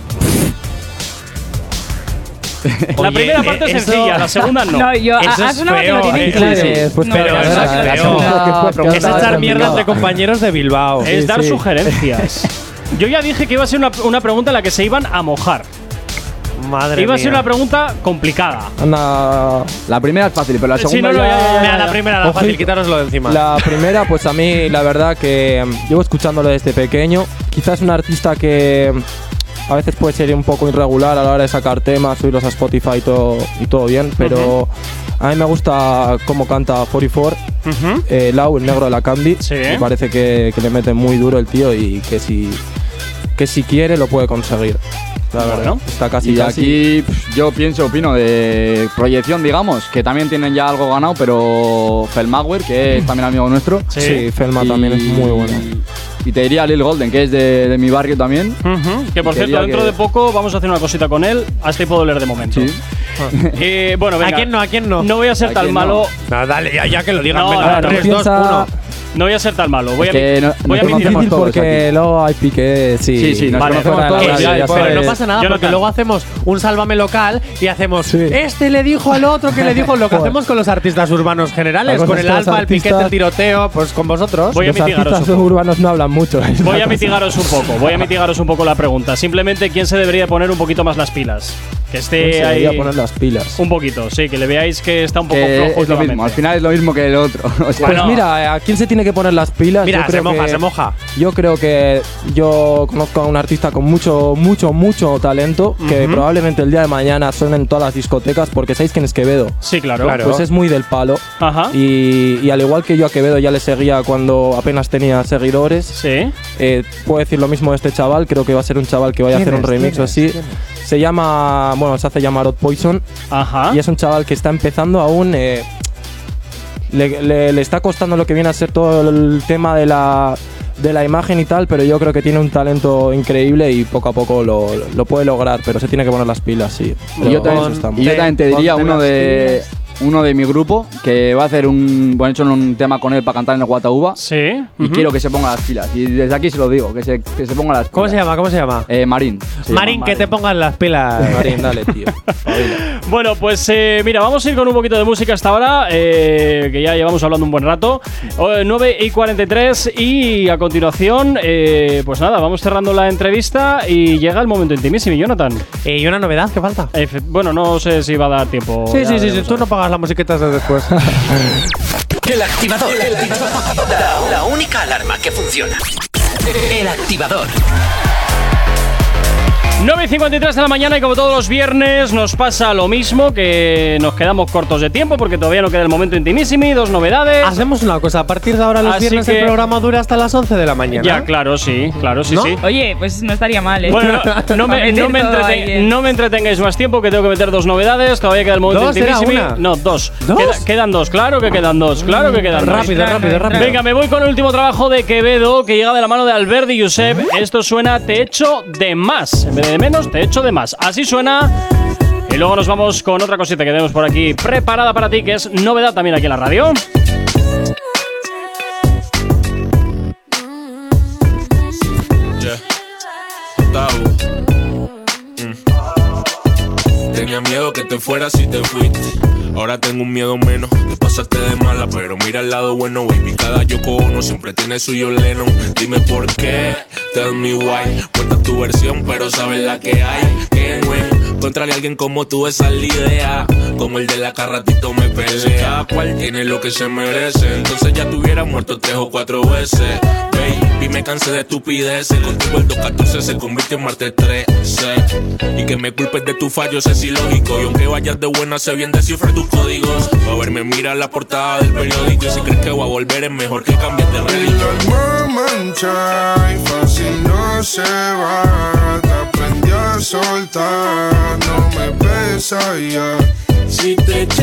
Speaker 4: Oye,
Speaker 2: primera parte es
Speaker 4: eh, eso-
Speaker 2: sencilla, la segunda no.
Speaker 3: No, yo- Eso haz es una feo, maquinoría. eh,
Speaker 4: Claro, pues
Speaker 2: Sí, sí.
Speaker 4: después
Speaker 2: No, pero
Speaker 4: peleas.
Speaker 2: eso es
Speaker 4: La
Speaker 2: feo.
Speaker 4: segunda que fue pregunta
Speaker 2: Es echar
Speaker 4: complicada.
Speaker 2: mierda entre
Speaker 4: compañeros de Bilbao.
Speaker 2: Es
Speaker 4: Sí,
Speaker 2: dar
Speaker 4: sí.
Speaker 2: sugerencias. Yo ya dije que iba a ser una, una pregunta en la que se iban a mojar.
Speaker 4: Madre
Speaker 2: iba a ser
Speaker 4: mía.
Speaker 2: una pregunta complicada.
Speaker 11: La primera es fácil, pero la
Speaker 2: Sí,
Speaker 11: segunda.
Speaker 2: no, no,
Speaker 11: ya-
Speaker 4: Eh,
Speaker 2: ya- ya- ya, la primera, la
Speaker 10: Ojito.
Speaker 2: fácil, quitároslo de encima.
Speaker 10: La primera, pues a mí, la verdad que mm, llevo escuchándolo desde pequeño. Quizás un artista que mm, a veces puede ser un poco irregular a la hora de sacar temas, subirlos a Spotify y todo, y todo bien, pero a mí me gusta cómo canta 44. eh, Lau, el negro de la Candy. Me parece que, que le mete muy duro el tío y que si, que si quiere lo puede conseguir. La verdad,
Speaker 11: Bueno.
Speaker 10: está casi
Speaker 11: Y
Speaker 10: ya
Speaker 11: aquí pf, yo pienso, opino de proyección, digamos, que también tienen ya algo ganado, pero Felmauer, que es también amigo nuestro.
Speaker 10: Sí. Sí, Felma también es muy bueno.
Speaker 11: Y te diría Lil Golden, que es de, de mi barrio también.
Speaker 2: Que por
Speaker 11: Quería
Speaker 2: cierto, dentro
Speaker 11: que-
Speaker 2: de poco vamos a hacer una cosita con él. Hasta ahí puedo leer de momento. Eh, bueno, venga.
Speaker 4: ¿A quién no? ¿A quién no?
Speaker 2: No voy a ser
Speaker 4: ¿A
Speaker 2: tan
Speaker 4: quién no?
Speaker 2: malo.
Speaker 4: No, dale, ya, ya que lo digan.
Speaker 2: No, no,
Speaker 4: venga,
Speaker 2: no.
Speaker 4: tres, dos,
Speaker 2: Piensa-
Speaker 4: uno.
Speaker 2: No voy a ser tan malo. Voy a,
Speaker 10: Es que no-
Speaker 2: voy
Speaker 10: nos
Speaker 2: a
Speaker 10: conocemos
Speaker 2: mentir.
Speaker 10: todos porque luego hay pique, sí.
Speaker 11: Sí, sí, nos
Speaker 10: Vale,
Speaker 11: conocemos
Speaker 10: fuera de
Speaker 11: todos,
Speaker 10: la
Speaker 11: ya,
Speaker 10: radio,
Speaker 11: ya,
Speaker 10: ya
Speaker 11: fuera
Speaker 10: sabes.
Speaker 11: de-
Speaker 4: eh, No pasa nada, porque
Speaker 11: Jonathan.
Speaker 4: luego hacemos un sálvame local y hacemos este le dijo al otro que le dijo lo que hacemos con los artistas urbanos
Speaker 10: La
Speaker 4: generales,
Speaker 10: cosa
Speaker 4: con
Speaker 10: es
Speaker 4: el
Speaker 10: que los
Speaker 4: alfa, el piquete, el
Speaker 10: artistas-
Speaker 4: tiroteo, pues con vosotros.
Speaker 2: Voy a
Speaker 10: Los
Speaker 2: mitigaros
Speaker 10: artistas urbanos no hablan mucho. es
Speaker 2: Voy
Speaker 10: la
Speaker 2: a
Speaker 10: cosa.
Speaker 2: mitigaros un poco, voy a mitigaros un poco la pregunta. Simplemente, ¿quién se debería poner un poquito más las pilas? Que esté
Speaker 10: Se
Speaker 2: ahí.
Speaker 10: debería poner las pilas.
Speaker 2: Un poquito, sí, que le veáis que está un poco
Speaker 11: que
Speaker 2: flojo
Speaker 11: es lo mismo, al
Speaker 2: últimamente.
Speaker 11: final es lo mismo que el otro. o sea,
Speaker 10: Pues mira, eh, ¿a quién se tiene que poner las pilas?
Speaker 11: Mira, se moja, se
Speaker 4: moja.
Speaker 10: Yo creo que yo conozco a un artista con mucho, mucho, mucho talento que
Speaker 2: Ujú.
Speaker 10: probablemente el día de mañana suene en todas las discotecas porque sabéis quién es Quevedo.
Speaker 2: Sí, claro.
Speaker 10: Pues es muy del palo. Y, y al igual que yo a Quevedo ya le seguía cuando apenas tenía seguidores. Eh,
Speaker 2: Sí.
Speaker 10: puedo decir lo mismo de este chaval. Creo que va a ser un chaval que vaya a
Speaker 2: ¿Quién
Speaker 10: hacer un
Speaker 2: es?
Speaker 10: remix
Speaker 2: ¿Quién
Speaker 10: o
Speaker 2: es?
Speaker 10: así. Se llama. Bueno, se hace llamar Hot Poison.
Speaker 2: Ajá.
Speaker 10: Y es un chaval que está empezando aún. eh, le, le- le está costando lo que viene a ser todo el tema de la, de la imagen y tal, pero yo creo que tiene un talento increíble y poco a poco lo, lo puede lograr, pero se tiene que poner las pilas, sí.
Speaker 11: Y yo,
Speaker 10: Pero
Speaker 11: también,
Speaker 10: eso está
Speaker 11: y
Speaker 10: muy
Speaker 11: yo
Speaker 10: bien.
Speaker 11: también te diría uno de uno de mi grupo, que va a hacer un. Bueno, he hecho un tema con él para cantar en el Guatauba.
Speaker 2: Sí.
Speaker 11: Y
Speaker 4: ujú.
Speaker 11: quiero que se ponga las pilas. Y desde aquí se lo digo, que se, que se ponga las pilas. ¿Cómo se
Speaker 4: llama? ¿Cómo se llama?
Speaker 11: Eh, Marín. Se llama
Speaker 4: Marín, que te pongan las pilas.
Speaker 11: Marín, dale, tío.
Speaker 2: Bueno, pues eh, mira, vamos a ir con un poquito de música hasta ahora, eh, que ya llevamos hablando un buen rato. Eh, 9 y 43 y a continuación, eh, pues nada, vamos cerrando la entrevista y llega el momento intimísimo, Jonathan.
Speaker 4: Eh,
Speaker 2: Eh,
Speaker 4: ¿Y una novedad? ¿Qué falta?
Speaker 2: bueno, no sé si va a dar tiempo.
Speaker 4: Sí,
Speaker 2: Ya
Speaker 4: sí, sí, sí,
Speaker 2: veremos.
Speaker 4: tú no pagas las musiquetas de después.
Speaker 1: El activador. El activador. La, la única alarma que funciona. El activador.
Speaker 2: 9 y 53 de la mañana y como todos los viernes nos pasa lo mismo, que nos quedamos cortos de tiempo porque todavía no queda el momento intimísimi, dos novedades.
Speaker 4: Hacemos una cosa, a partir de ahora los
Speaker 2: Así
Speaker 4: viernes
Speaker 2: que-
Speaker 4: el programa dura hasta las 11 de la mañana.
Speaker 2: Ya, claro, sí, claro, sí,
Speaker 4: ¿No?
Speaker 2: sí.
Speaker 3: Oye, pues no estaría mal, ¿eh?
Speaker 2: Bueno, no, no
Speaker 3: Para
Speaker 2: me,
Speaker 3: meter
Speaker 2: no me
Speaker 3: todo
Speaker 2: entrete-
Speaker 3: ahí, ¿eh?
Speaker 2: no me entretengáis más tiempo, que tengo que meter dos novedades. Todavía queda el momento
Speaker 4: ¿Dos? ¿Era
Speaker 2: intimísimo.
Speaker 4: una?
Speaker 2: No, dos. Queda- quedan dos, claro que quedan dos, claro que quedan dos.
Speaker 4: Rápido, rápido, rápido.
Speaker 2: Venga, me voy con el último trabajo de Quevedo, que llega de la mano de Alberti Yusef. Esto suena Te echo de más. En vez de menos, te echo de más. Así suena. Y luego nos vamos con otra cosita que tenemos por aquí preparada para ti, que es novedad también aquí en la radio.
Speaker 17: Yeah. Tabo. Mm. Tenía miedo que te fueras y te fuiste. Ahora tengo un miedo menos, te pasaste de mala, pero mira el lado bueno, baby. Cada Yoko Ono siempre tiene suyo Lennon. Dime por qué, tell me why. Cuenta tu versión, pero sabes la que hay. Que bueno, encontraré a alguien como tú, esa es la idea. Como el de la carratito me pelea. Cada cual tiene lo que se merece. Entonces ya te hubiera muerto tres o cuatro veces. Baby, me cansé de estupideces. Contigo el 214 se convirtió en martes 13. Y que me culpes de tus fallos es ilógico. Y aunque vayas de buena, sé bien descifrar tus códigos. Pa' verme mira la portada del periódico. Y si crees que voy a volver, es mejor que cambies de religión.
Speaker 18: mancha y fácil no se va. Te aprendí a soltar, no me pesa ya.
Speaker 17: Si te eché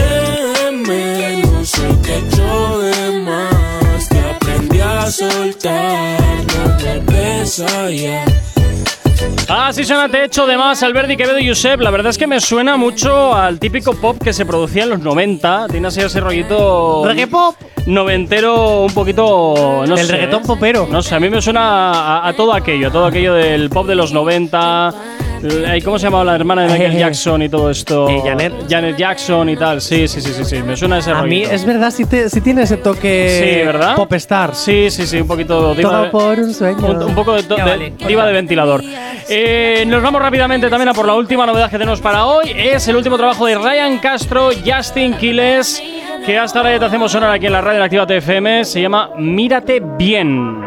Speaker 17: no sé qué echó de más. Te aprendí a soltar, no me pesa ya.
Speaker 2: Ah, sí suena Te Echo de Más, Alberti Quevedo y Josep. La verdad es que me suena mucho al típico pop que se producía en los 90. Tiene así ese rollito.
Speaker 4: ¿Reggae pop?
Speaker 2: Noventero, un poquito. No
Speaker 4: El
Speaker 2: sé,
Speaker 4: reggaetón
Speaker 2: ¿eh?
Speaker 4: popero.
Speaker 2: No sé, a mí me suena a, a todo aquello, a todo aquello del pop de los 90. L- ¿y ¿Cómo se llamaba la hermana de Michael Jackson y todo esto? Janet. Janet Jackson y tal. Sí, sí, sí, sí. sí. Me suena ese
Speaker 4: A mí
Speaker 2: rollito.
Speaker 4: es verdad, si, te, si tiene ese toque
Speaker 2: Sí, ¿verdad? eh,
Speaker 4: popstar.
Speaker 2: Sí, sí, sí, un poquito diva
Speaker 4: Todo
Speaker 2: de-
Speaker 4: por un sueño.
Speaker 2: un, un poco de, to- de- diva de ventilador. Eh, nos vamos rápidamente también a por la última novedad que tenemos para hoy. Es el último trabajo de Ryan Castro, Justin Quiles, que hasta ahora ya te hacemos sonar aquí en la radio en Activa TFM. Se llama Mírate Bien.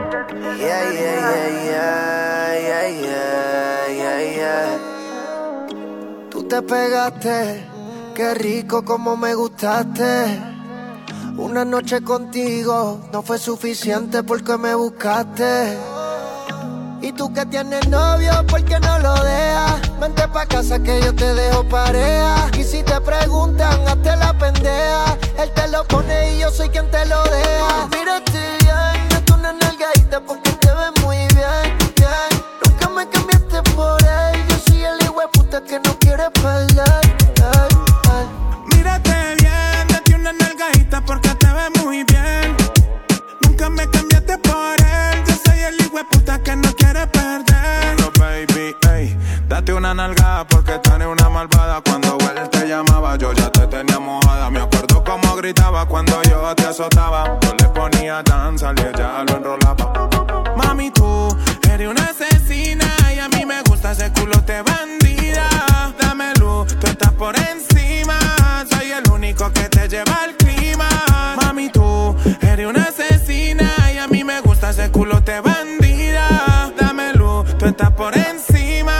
Speaker 12: Tú te pegaste, qué rico como me gustaste. Una noche contigo no fue suficiente porque me buscaste. Y tú que tienes novio, ¿por qué no lo dejas? Vente pa' casa que yo te dejo pareja. Y si te preguntan, hazte la pendeja. Él te lo pone y yo soy quien te lo deja. Mírate bien, no es una nalgadita porque te ves muy bien, bien. Nunca me cambiaste por él. Yo soy el hijo de puta que no quiere perder. ay, ay.
Speaker 19: Mírate bien, date una nalgadita porque te ves muy bien. Nunca me cambiaste por él. Yo soy el hijo de puta que no quiere perder.
Speaker 20: Pero, baby, ey, date una nalgada porque tan una malvada. Cuando él te llamaba, yo ya te tenía mojada. Me acuerdo cómo gritaba cuando yo te azotaba. Yo le ponía danza y ella lo enrolaba.
Speaker 19: Mami, tú eres una asesina y a mí me gusta ese culote bandida. Dame luz, tú estás por encima. Soy el único que te lleva al clima. Mami, tú eres una asesina y a mí me gusta ese culote bandida. Dame luz, tú estás por encima.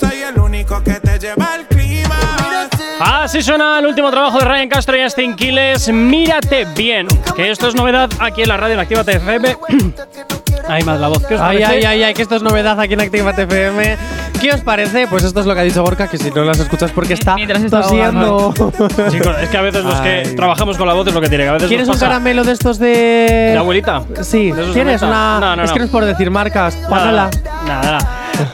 Speaker 19: Soy el único que te lleva al clima.
Speaker 2: Así suena el último trabajo de Ryan Castro y Justin Quiles, Mírate Bien. Que esto es novedad aquí en la radio en Activa TFM. Hay más la voz que os
Speaker 4: Ay,
Speaker 2: parece?
Speaker 4: ay, ay, ay, que esto es novedad aquí en Activa TFM. ¿Qué os parece? Pues esto es lo que ha dicho Gorka, que si no las escuchas porque está
Speaker 2: estaba
Speaker 4: tosiendo.
Speaker 2: Chicos, es que a veces los que
Speaker 4: Ay.
Speaker 2: trabajamos con la voz es lo que tiene. que a veces
Speaker 4: ¿Quieres
Speaker 2: nos
Speaker 4: un
Speaker 2: pasa-
Speaker 4: caramelo de estos de...?
Speaker 2: ¿De abuelita?
Speaker 4: Sí,
Speaker 2: ¿De esos
Speaker 4: tienes
Speaker 2: de menta?
Speaker 4: una...
Speaker 2: No, no,
Speaker 4: Es que
Speaker 2: no.
Speaker 4: no es por decir marcas,
Speaker 2: Nada,
Speaker 4: pásala.
Speaker 2: Nada, nada.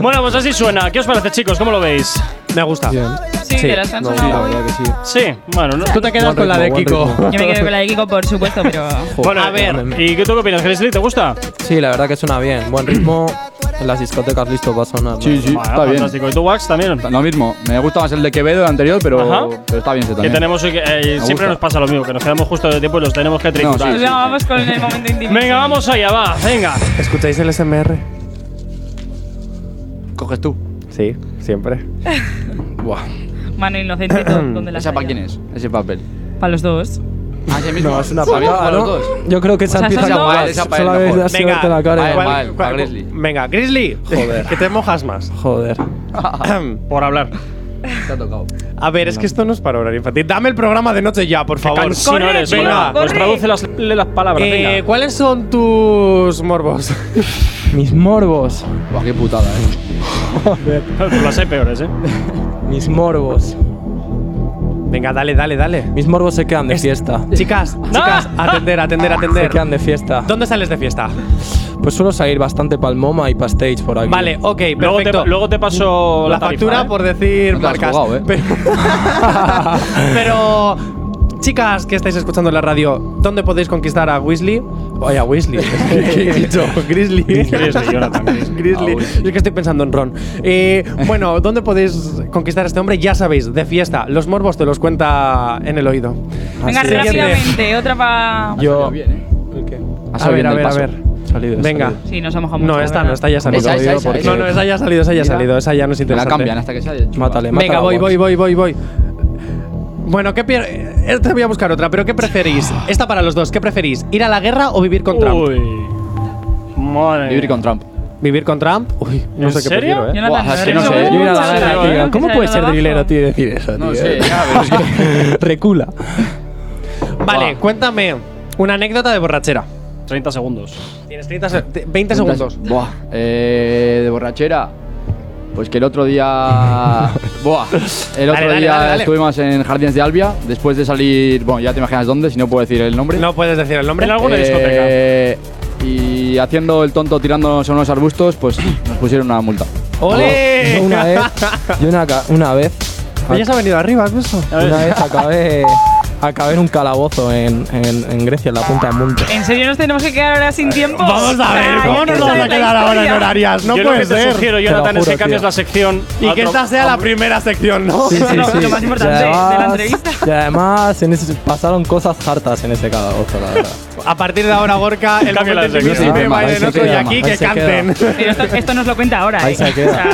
Speaker 2: Bueno, pues así suena. ¿Qué os parece, chicos? ¿Cómo lo veis?
Speaker 4: Me gusta.
Speaker 3: Sí, de las Hanson
Speaker 10: sí, la
Speaker 3: Away.
Speaker 10: verdad que sí.
Speaker 2: Sí, bueno, no-
Speaker 10: Tú te quedas Buen con la ritmo, de buen Kiko. ritmo.
Speaker 3: Yo me quedo con la de Kiko, por supuesto, pero.
Speaker 2: Bueno, a ver,
Speaker 11: em.
Speaker 2: ¿y qué tú qué opinas, Grizzly? ¿Te gusta?
Speaker 10: Sí, la verdad que suena bien. Buen ritmo. En las discotecas listo va a sonar. ¿no?
Speaker 11: Sí, sí,
Speaker 2: Vale,
Speaker 11: está bien.
Speaker 2: fantástico. ¿Y tú, Wax, también?
Speaker 11: Lo mismo, me gusta más el de Quevedo, el anterior, pero,
Speaker 2: Ajá.
Speaker 11: pero está bien ese
Speaker 2: Que
Speaker 11: también.
Speaker 2: tenemos hoy que- eh, siempre
Speaker 11: gusta.
Speaker 2: nos pasa lo mismo, que nos quedamos justo de tiempo y los tenemos que triputar.
Speaker 3: Nos vamos con el momento íntimo.
Speaker 2: Venga, vamos allá, va, venga.
Speaker 4: ¿Escucháis el SMR?
Speaker 11: ¿Coges tú?
Speaker 4: Sí, siempre.
Speaker 11: Buah.
Speaker 3: Mano inocente, ¿dó- ¿dónde la
Speaker 11: ¿Esa para
Speaker 3: quién
Speaker 11: quién es? Ese papel.
Speaker 3: Para los dos.
Speaker 11: Ah, ese mismo.
Speaker 10: No, es una
Speaker 11: ¿Para
Speaker 10: pava,
Speaker 11: para los
Speaker 10: ¿no?
Speaker 11: dos?
Speaker 10: Yo creo que
Speaker 11: O sea,
Speaker 10: esa empieza
Speaker 11: esa
Speaker 10: igual.
Speaker 11: para él, esa para él
Speaker 10: Solo habéis
Speaker 11: mejor.
Speaker 10: dado
Speaker 11: Venga,
Speaker 10: suerte la cara.
Speaker 11: para él,
Speaker 10: ¿Cuál-
Speaker 11: para él,
Speaker 10: cuál-
Speaker 11: para Grizzly.
Speaker 4: Venga, Grizzly.
Speaker 10: Joder.
Speaker 4: Que te mojas más.
Speaker 10: Joder.
Speaker 2: Por hablar.
Speaker 11: Te ha tocado.
Speaker 4: A ver, es que esto no es para horario infantil. Dame el programa de noche ya, por favor.
Speaker 2: cansino Corre, eres, venga,
Speaker 4: venga.
Speaker 2: colega. Nos corre. traduce las- las palabras,
Speaker 4: Eh,
Speaker 2: venga.
Speaker 4: ¿Cuáles son tus morbos?
Speaker 10: Mis morbos.
Speaker 11: Buah, qué putada, eh.
Speaker 2: Las hay peores, ¿eh?
Speaker 10: Mis morbos.
Speaker 4: Venga, dale, dale, dale.
Speaker 10: Mis morbos se quedan de fiesta. Ah.
Speaker 4: Chicas, chicas, atender, atender,
Speaker 10: Se
Speaker 4: atender.
Speaker 10: quedan de fiesta.
Speaker 4: ¿Dónde sales de fiesta?
Speaker 10: Pues suelo salir bastante pal MoMA y pa' stage por aquí.
Speaker 4: Vale, ok, perfecto.
Speaker 10: Luego te- luego te paso
Speaker 4: la,
Speaker 10: la tarifa,
Speaker 4: factura
Speaker 10: ¿eh?
Speaker 4: por decir
Speaker 10: No te la has
Speaker 4: marcas.
Speaker 10: jugado, ¿eh?
Speaker 4: Pe- Pero, chicas que estáis escuchando en la radio, ¿dónde podéis conquistar a Weasley? Oye, a Weasley. ¿Qué he dicho? Grizzly.
Speaker 2: Grizzly, Jonathan, Grizzly.
Speaker 4: Grizzly. Yo es que estoy pensando en Ron. Eh, bueno, ¿dónde podéis conquistar a este hombre? Ya sabéis, de fiesta. Los morbos te los cuenta en el oído.
Speaker 3: Venga,
Speaker 4: Así es.
Speaker 3: rápidamente, otra para.
Speaker 4: Yo.
Speaker 11: ¿eh? Ha
Speaker 4: A
Speaker 11: salido
Speaker 4: ver, a
Speaker 11: bien del
Speaker 4: ver, a
Speaker 11: paso.
Speaker 4: ver.
Speaker 10: Salido,
Speaker 4: Venga.
Speaker 3: Sí, nos ha mojado mucho,
Speaker 4: No,
Speaker 3: la
Speaker 4: esta
Speaker 3: verdad.
Speaker 4: no, esta ya ha salido.
Speaker 11: Esa, esa,
Speaker 4: Digo
Speaker 11: esa,
Speaker 4: porque-
Speaker 11: esa.
Speaker 4: No, no, esa ya ha salido, esa ya ha
Speaker 11: Mira.
Speaker 4: salido, esa ya no es
Speaker 11: Me la
Speaker 4: interesante.
Speaker 11: cambian hasta que sea. chupa.
Speaker 10: Mátale,
Speaker 4: Venga, voy, voy, voy, voy, voy, voy. Bueno, ¿qué pier- eh, Esta voy a buscar otra, pero ¿qué preferís? Esta para los dos, ¿qué preferís? ¿Ir a la guerra o vivir con Trump?
Speaker 2: Madre.
Speaker 11: Vivir con Trump.
Speaker 4: ¿Vivir con Trump? Uy, no
Speaker 2: ¿En
Speaker 4: sé qué
Speaker 2: serio?
Speaker 4: prefiero, ¿eh?
Speaker 2: Jonathan,
Speaker 11: Buah, es que no sé.
Speaker 10: Yo iba a la
Speaker 2: Sí,
Speaker 10: guerra,
Speaker 2: sí,
Speaker 10: tío.
Speaker 2: ¿eh?
Speaker 10: ¿Cómo
Speaker 2: Que
Speaker 10: puede
Speaker 2: se
Speaker 10: ser
Speaker 2: venga
Speaker 10: drilero,
Speaker 2: abajo.
Speaker 10: tío, y decir eso, tío?
Speaker 11: No sé, ya, pero es que.
Speaker 10: Recula.
Speaker 4: Vale, cuéntame una anécdota de borrachera.
Speaker 2: 30 segundos.
Speaker 4: Tienes 30 se- te- 20 segundos.
Speaker 11: Buah. Eh, de borrachera. Pues que el otro día. Buah. El otro
Speaker 4: Dale, dale,
Speaker 11: día
Speaker 4: dale, dale.
Speaker 11: estuvimos en Jardines de Albia. Después de salir. Bueno, ya te imaginas dónde, si no puedo decir el nombre.
Speaker 4: No puedes decir el nombre.
Speaker 2: En alguna discoteca.
Speaker 11: Eh, y haciendo el tonto tirándonos a unos arbustos, pues nos pusieron una multa.
Speaker 4: ¡Ole!
Speaker 10: Yo una vez. Yo una, ca- una vez.
Speaker 4: Ella se ha venido arriba, ¿has visto?
Speaker 10: Una vez acabé. Acabé en un calabozo en, en- en Grecia, en la punta del mundo.
Speaker 3: ¿En serio nos tenemos que quedar ahora sin tiempo?
Speaker 4: Vamos a ver,
Speaker 3: Ay,
Speaker 4: ¿cómo
Speaker 3: que
Speaker 4: nos
Speaker 3: esa
Speaker 4: vamos
Speaker 3: es
Speaker 4: a
Speaker 3: la
Speaker 4: quedar ahora en
Speaker 3: historia.
Speaker 4: horarias? No
Speaker 2: Yo
Speaker 4: puede
Speaker 2: lo que te
Speaker 4: ser.
Speaker 2: sugiero,
Speaker 10: Te lo
Speaker 2: Jonathan, es que
Speaker 10: juro,
Speaker 2: cambies
Speaker 10: tío.
Speaker 2: la sección. a
Speaker 4: Y que
Speaker 2: otro-
Speaker 4: esta sea
Speaker 2: a
Speaker 4: la
Speaker 2: un-
Speaker 4: primera sección, ¿no?
Speaker 3: sí, Lo- lo más
Speaker 10: Y
Speaker 3: importante de la entrevista.
Speaker 10: Y además, en ese- pasaron cosas hartas en ese calabozo, la verdad.
Speaker 4: A partir de ahora, Gorka, el
Speaker 2: Cambia
Speaker 4: momento
Speaker 2: la
Speaker 4: en que
Speaker 2: sección.
Speaker 4: Felipe,
Speaker 10: Sí, tema,
Speaker 4: Biden,
Speaker 10: ahí se
Speaker 4: otro y
Speaker 10: queda,
Speaker 4: aquí
Speaker 10: ahí
Speaker 4: que
Speaker 10: se
Speaker 4: canten.
Speaker 3: Pero esto, esto nos lo cuenta ahora,
Speaker 10: Ahí
Speaker 3: ¿eh?
Speaker 10: se
Speaker 3: O sea,
Speaker 10: queda.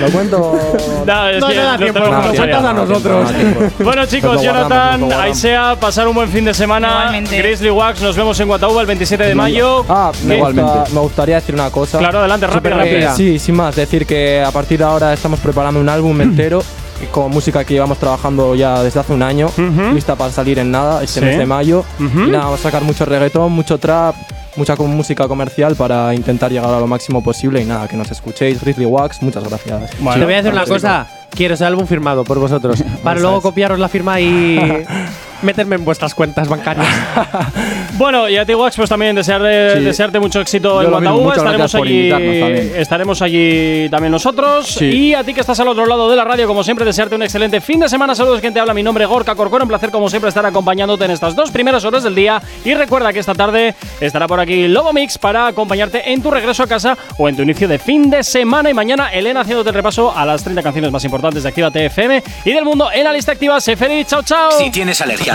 Speaker 10: ¿Lo cuento?
Speaker 2: No, es
Speaker 4: No
Speaker 2: que
Speaker 4: le da
Speaker 2: no
Speaker 4: tiempo,
Speaker 2: tenemos
Speaker 4: nos
Speaker 2: mucho
Speaker 4: cuentas
Speaker 2: ya.
Speaker 4: a nosotros.
Speaker 2: Bueno,
Speaker 10: Nos
Speaker 2: chicos,
Speaker 10: lo guardamos, nos lo
Speaker 2: Jonathan,
Speaker 10: guardamos.
Speaker 2: Aisea, pasar un buen fin de semana.
Speaker 3: Igualmente.
Speaker 2: Grizzly Wax, nos vemos en Guatauba el 27 de mayo.
Speaker 10: Ah, me,
Speaker 2: ¿Qué?
Speaker 10: gusta- me gustaría decir una cosa.
Speaker 2: Claro, adelante, rápido,
Speaker 10: Eh,
Speaker 2: rápido.
Speaker 10: sí, sin más, decir que a partir de ahora estamos preparando un
Speaker 4: Mm.
Speaker 10: álbum entero con música que llevamos trabajando ya desde hace un año, lista para salir en nada, este
Speaker 2: Sí.
Speaker 10: mes de mayo.
Speaker 2: Ujú.
Speaker 10: Y nada, vamos a sacar mucho reggaetón, mucho trap, mucha com- música comercial para intentar llegar a lo máximo posible. Y nada, que nos escuchéis, Grizzly Wax, muchas gracias.
Speaker 2: Bueno,
Speaker 4: Te voy a decir una
Speaker 10: fantástico.
Speaker 4: cosa. Quiero ese álbum firmado por vosotros. Para luego copiaros la firma y meterme en vuestras cuentas bancarias.
Speaker 2: Bueno, y a ti, Wax, pues también desearle-
Speaker 11: Sí.
Speaker 2: desearte mucho éxito
Speaker 11: Yo
Speaker 2: en
Speaker 11: lo mismo,
Speaker 2: Guatauba.
Speaker 11: muchas
Speaker 2: Estaremos
Speaker 11: gracias por
Speaker 2: allí,
Speaker 11: invitarnos también.
Speaker 2: estaremos allí también nosotros.
Speaker 11: Sí.
Speaker 2: Y a ti que estás al otro lado de la radio, como siempre, desearte un excelente fin de semana. Saludos, quien te habla. Mi nombre es Gorka Corcuero. Un placer, como siempre, estar acompañándote en estas dos primeras horas del día. Y recuerda que esta tarde estará por aquí Lobo Mix para acompañarte en tu regreso a casa o en tu inicio de fin de semana. Y mañana, Elena haciéndote el repaso a las 30 canciones más importantes de Activa TFM y del mundo en la lista activa. Sé feliz, chao, chao.
Speaker 1: Si tienes alergia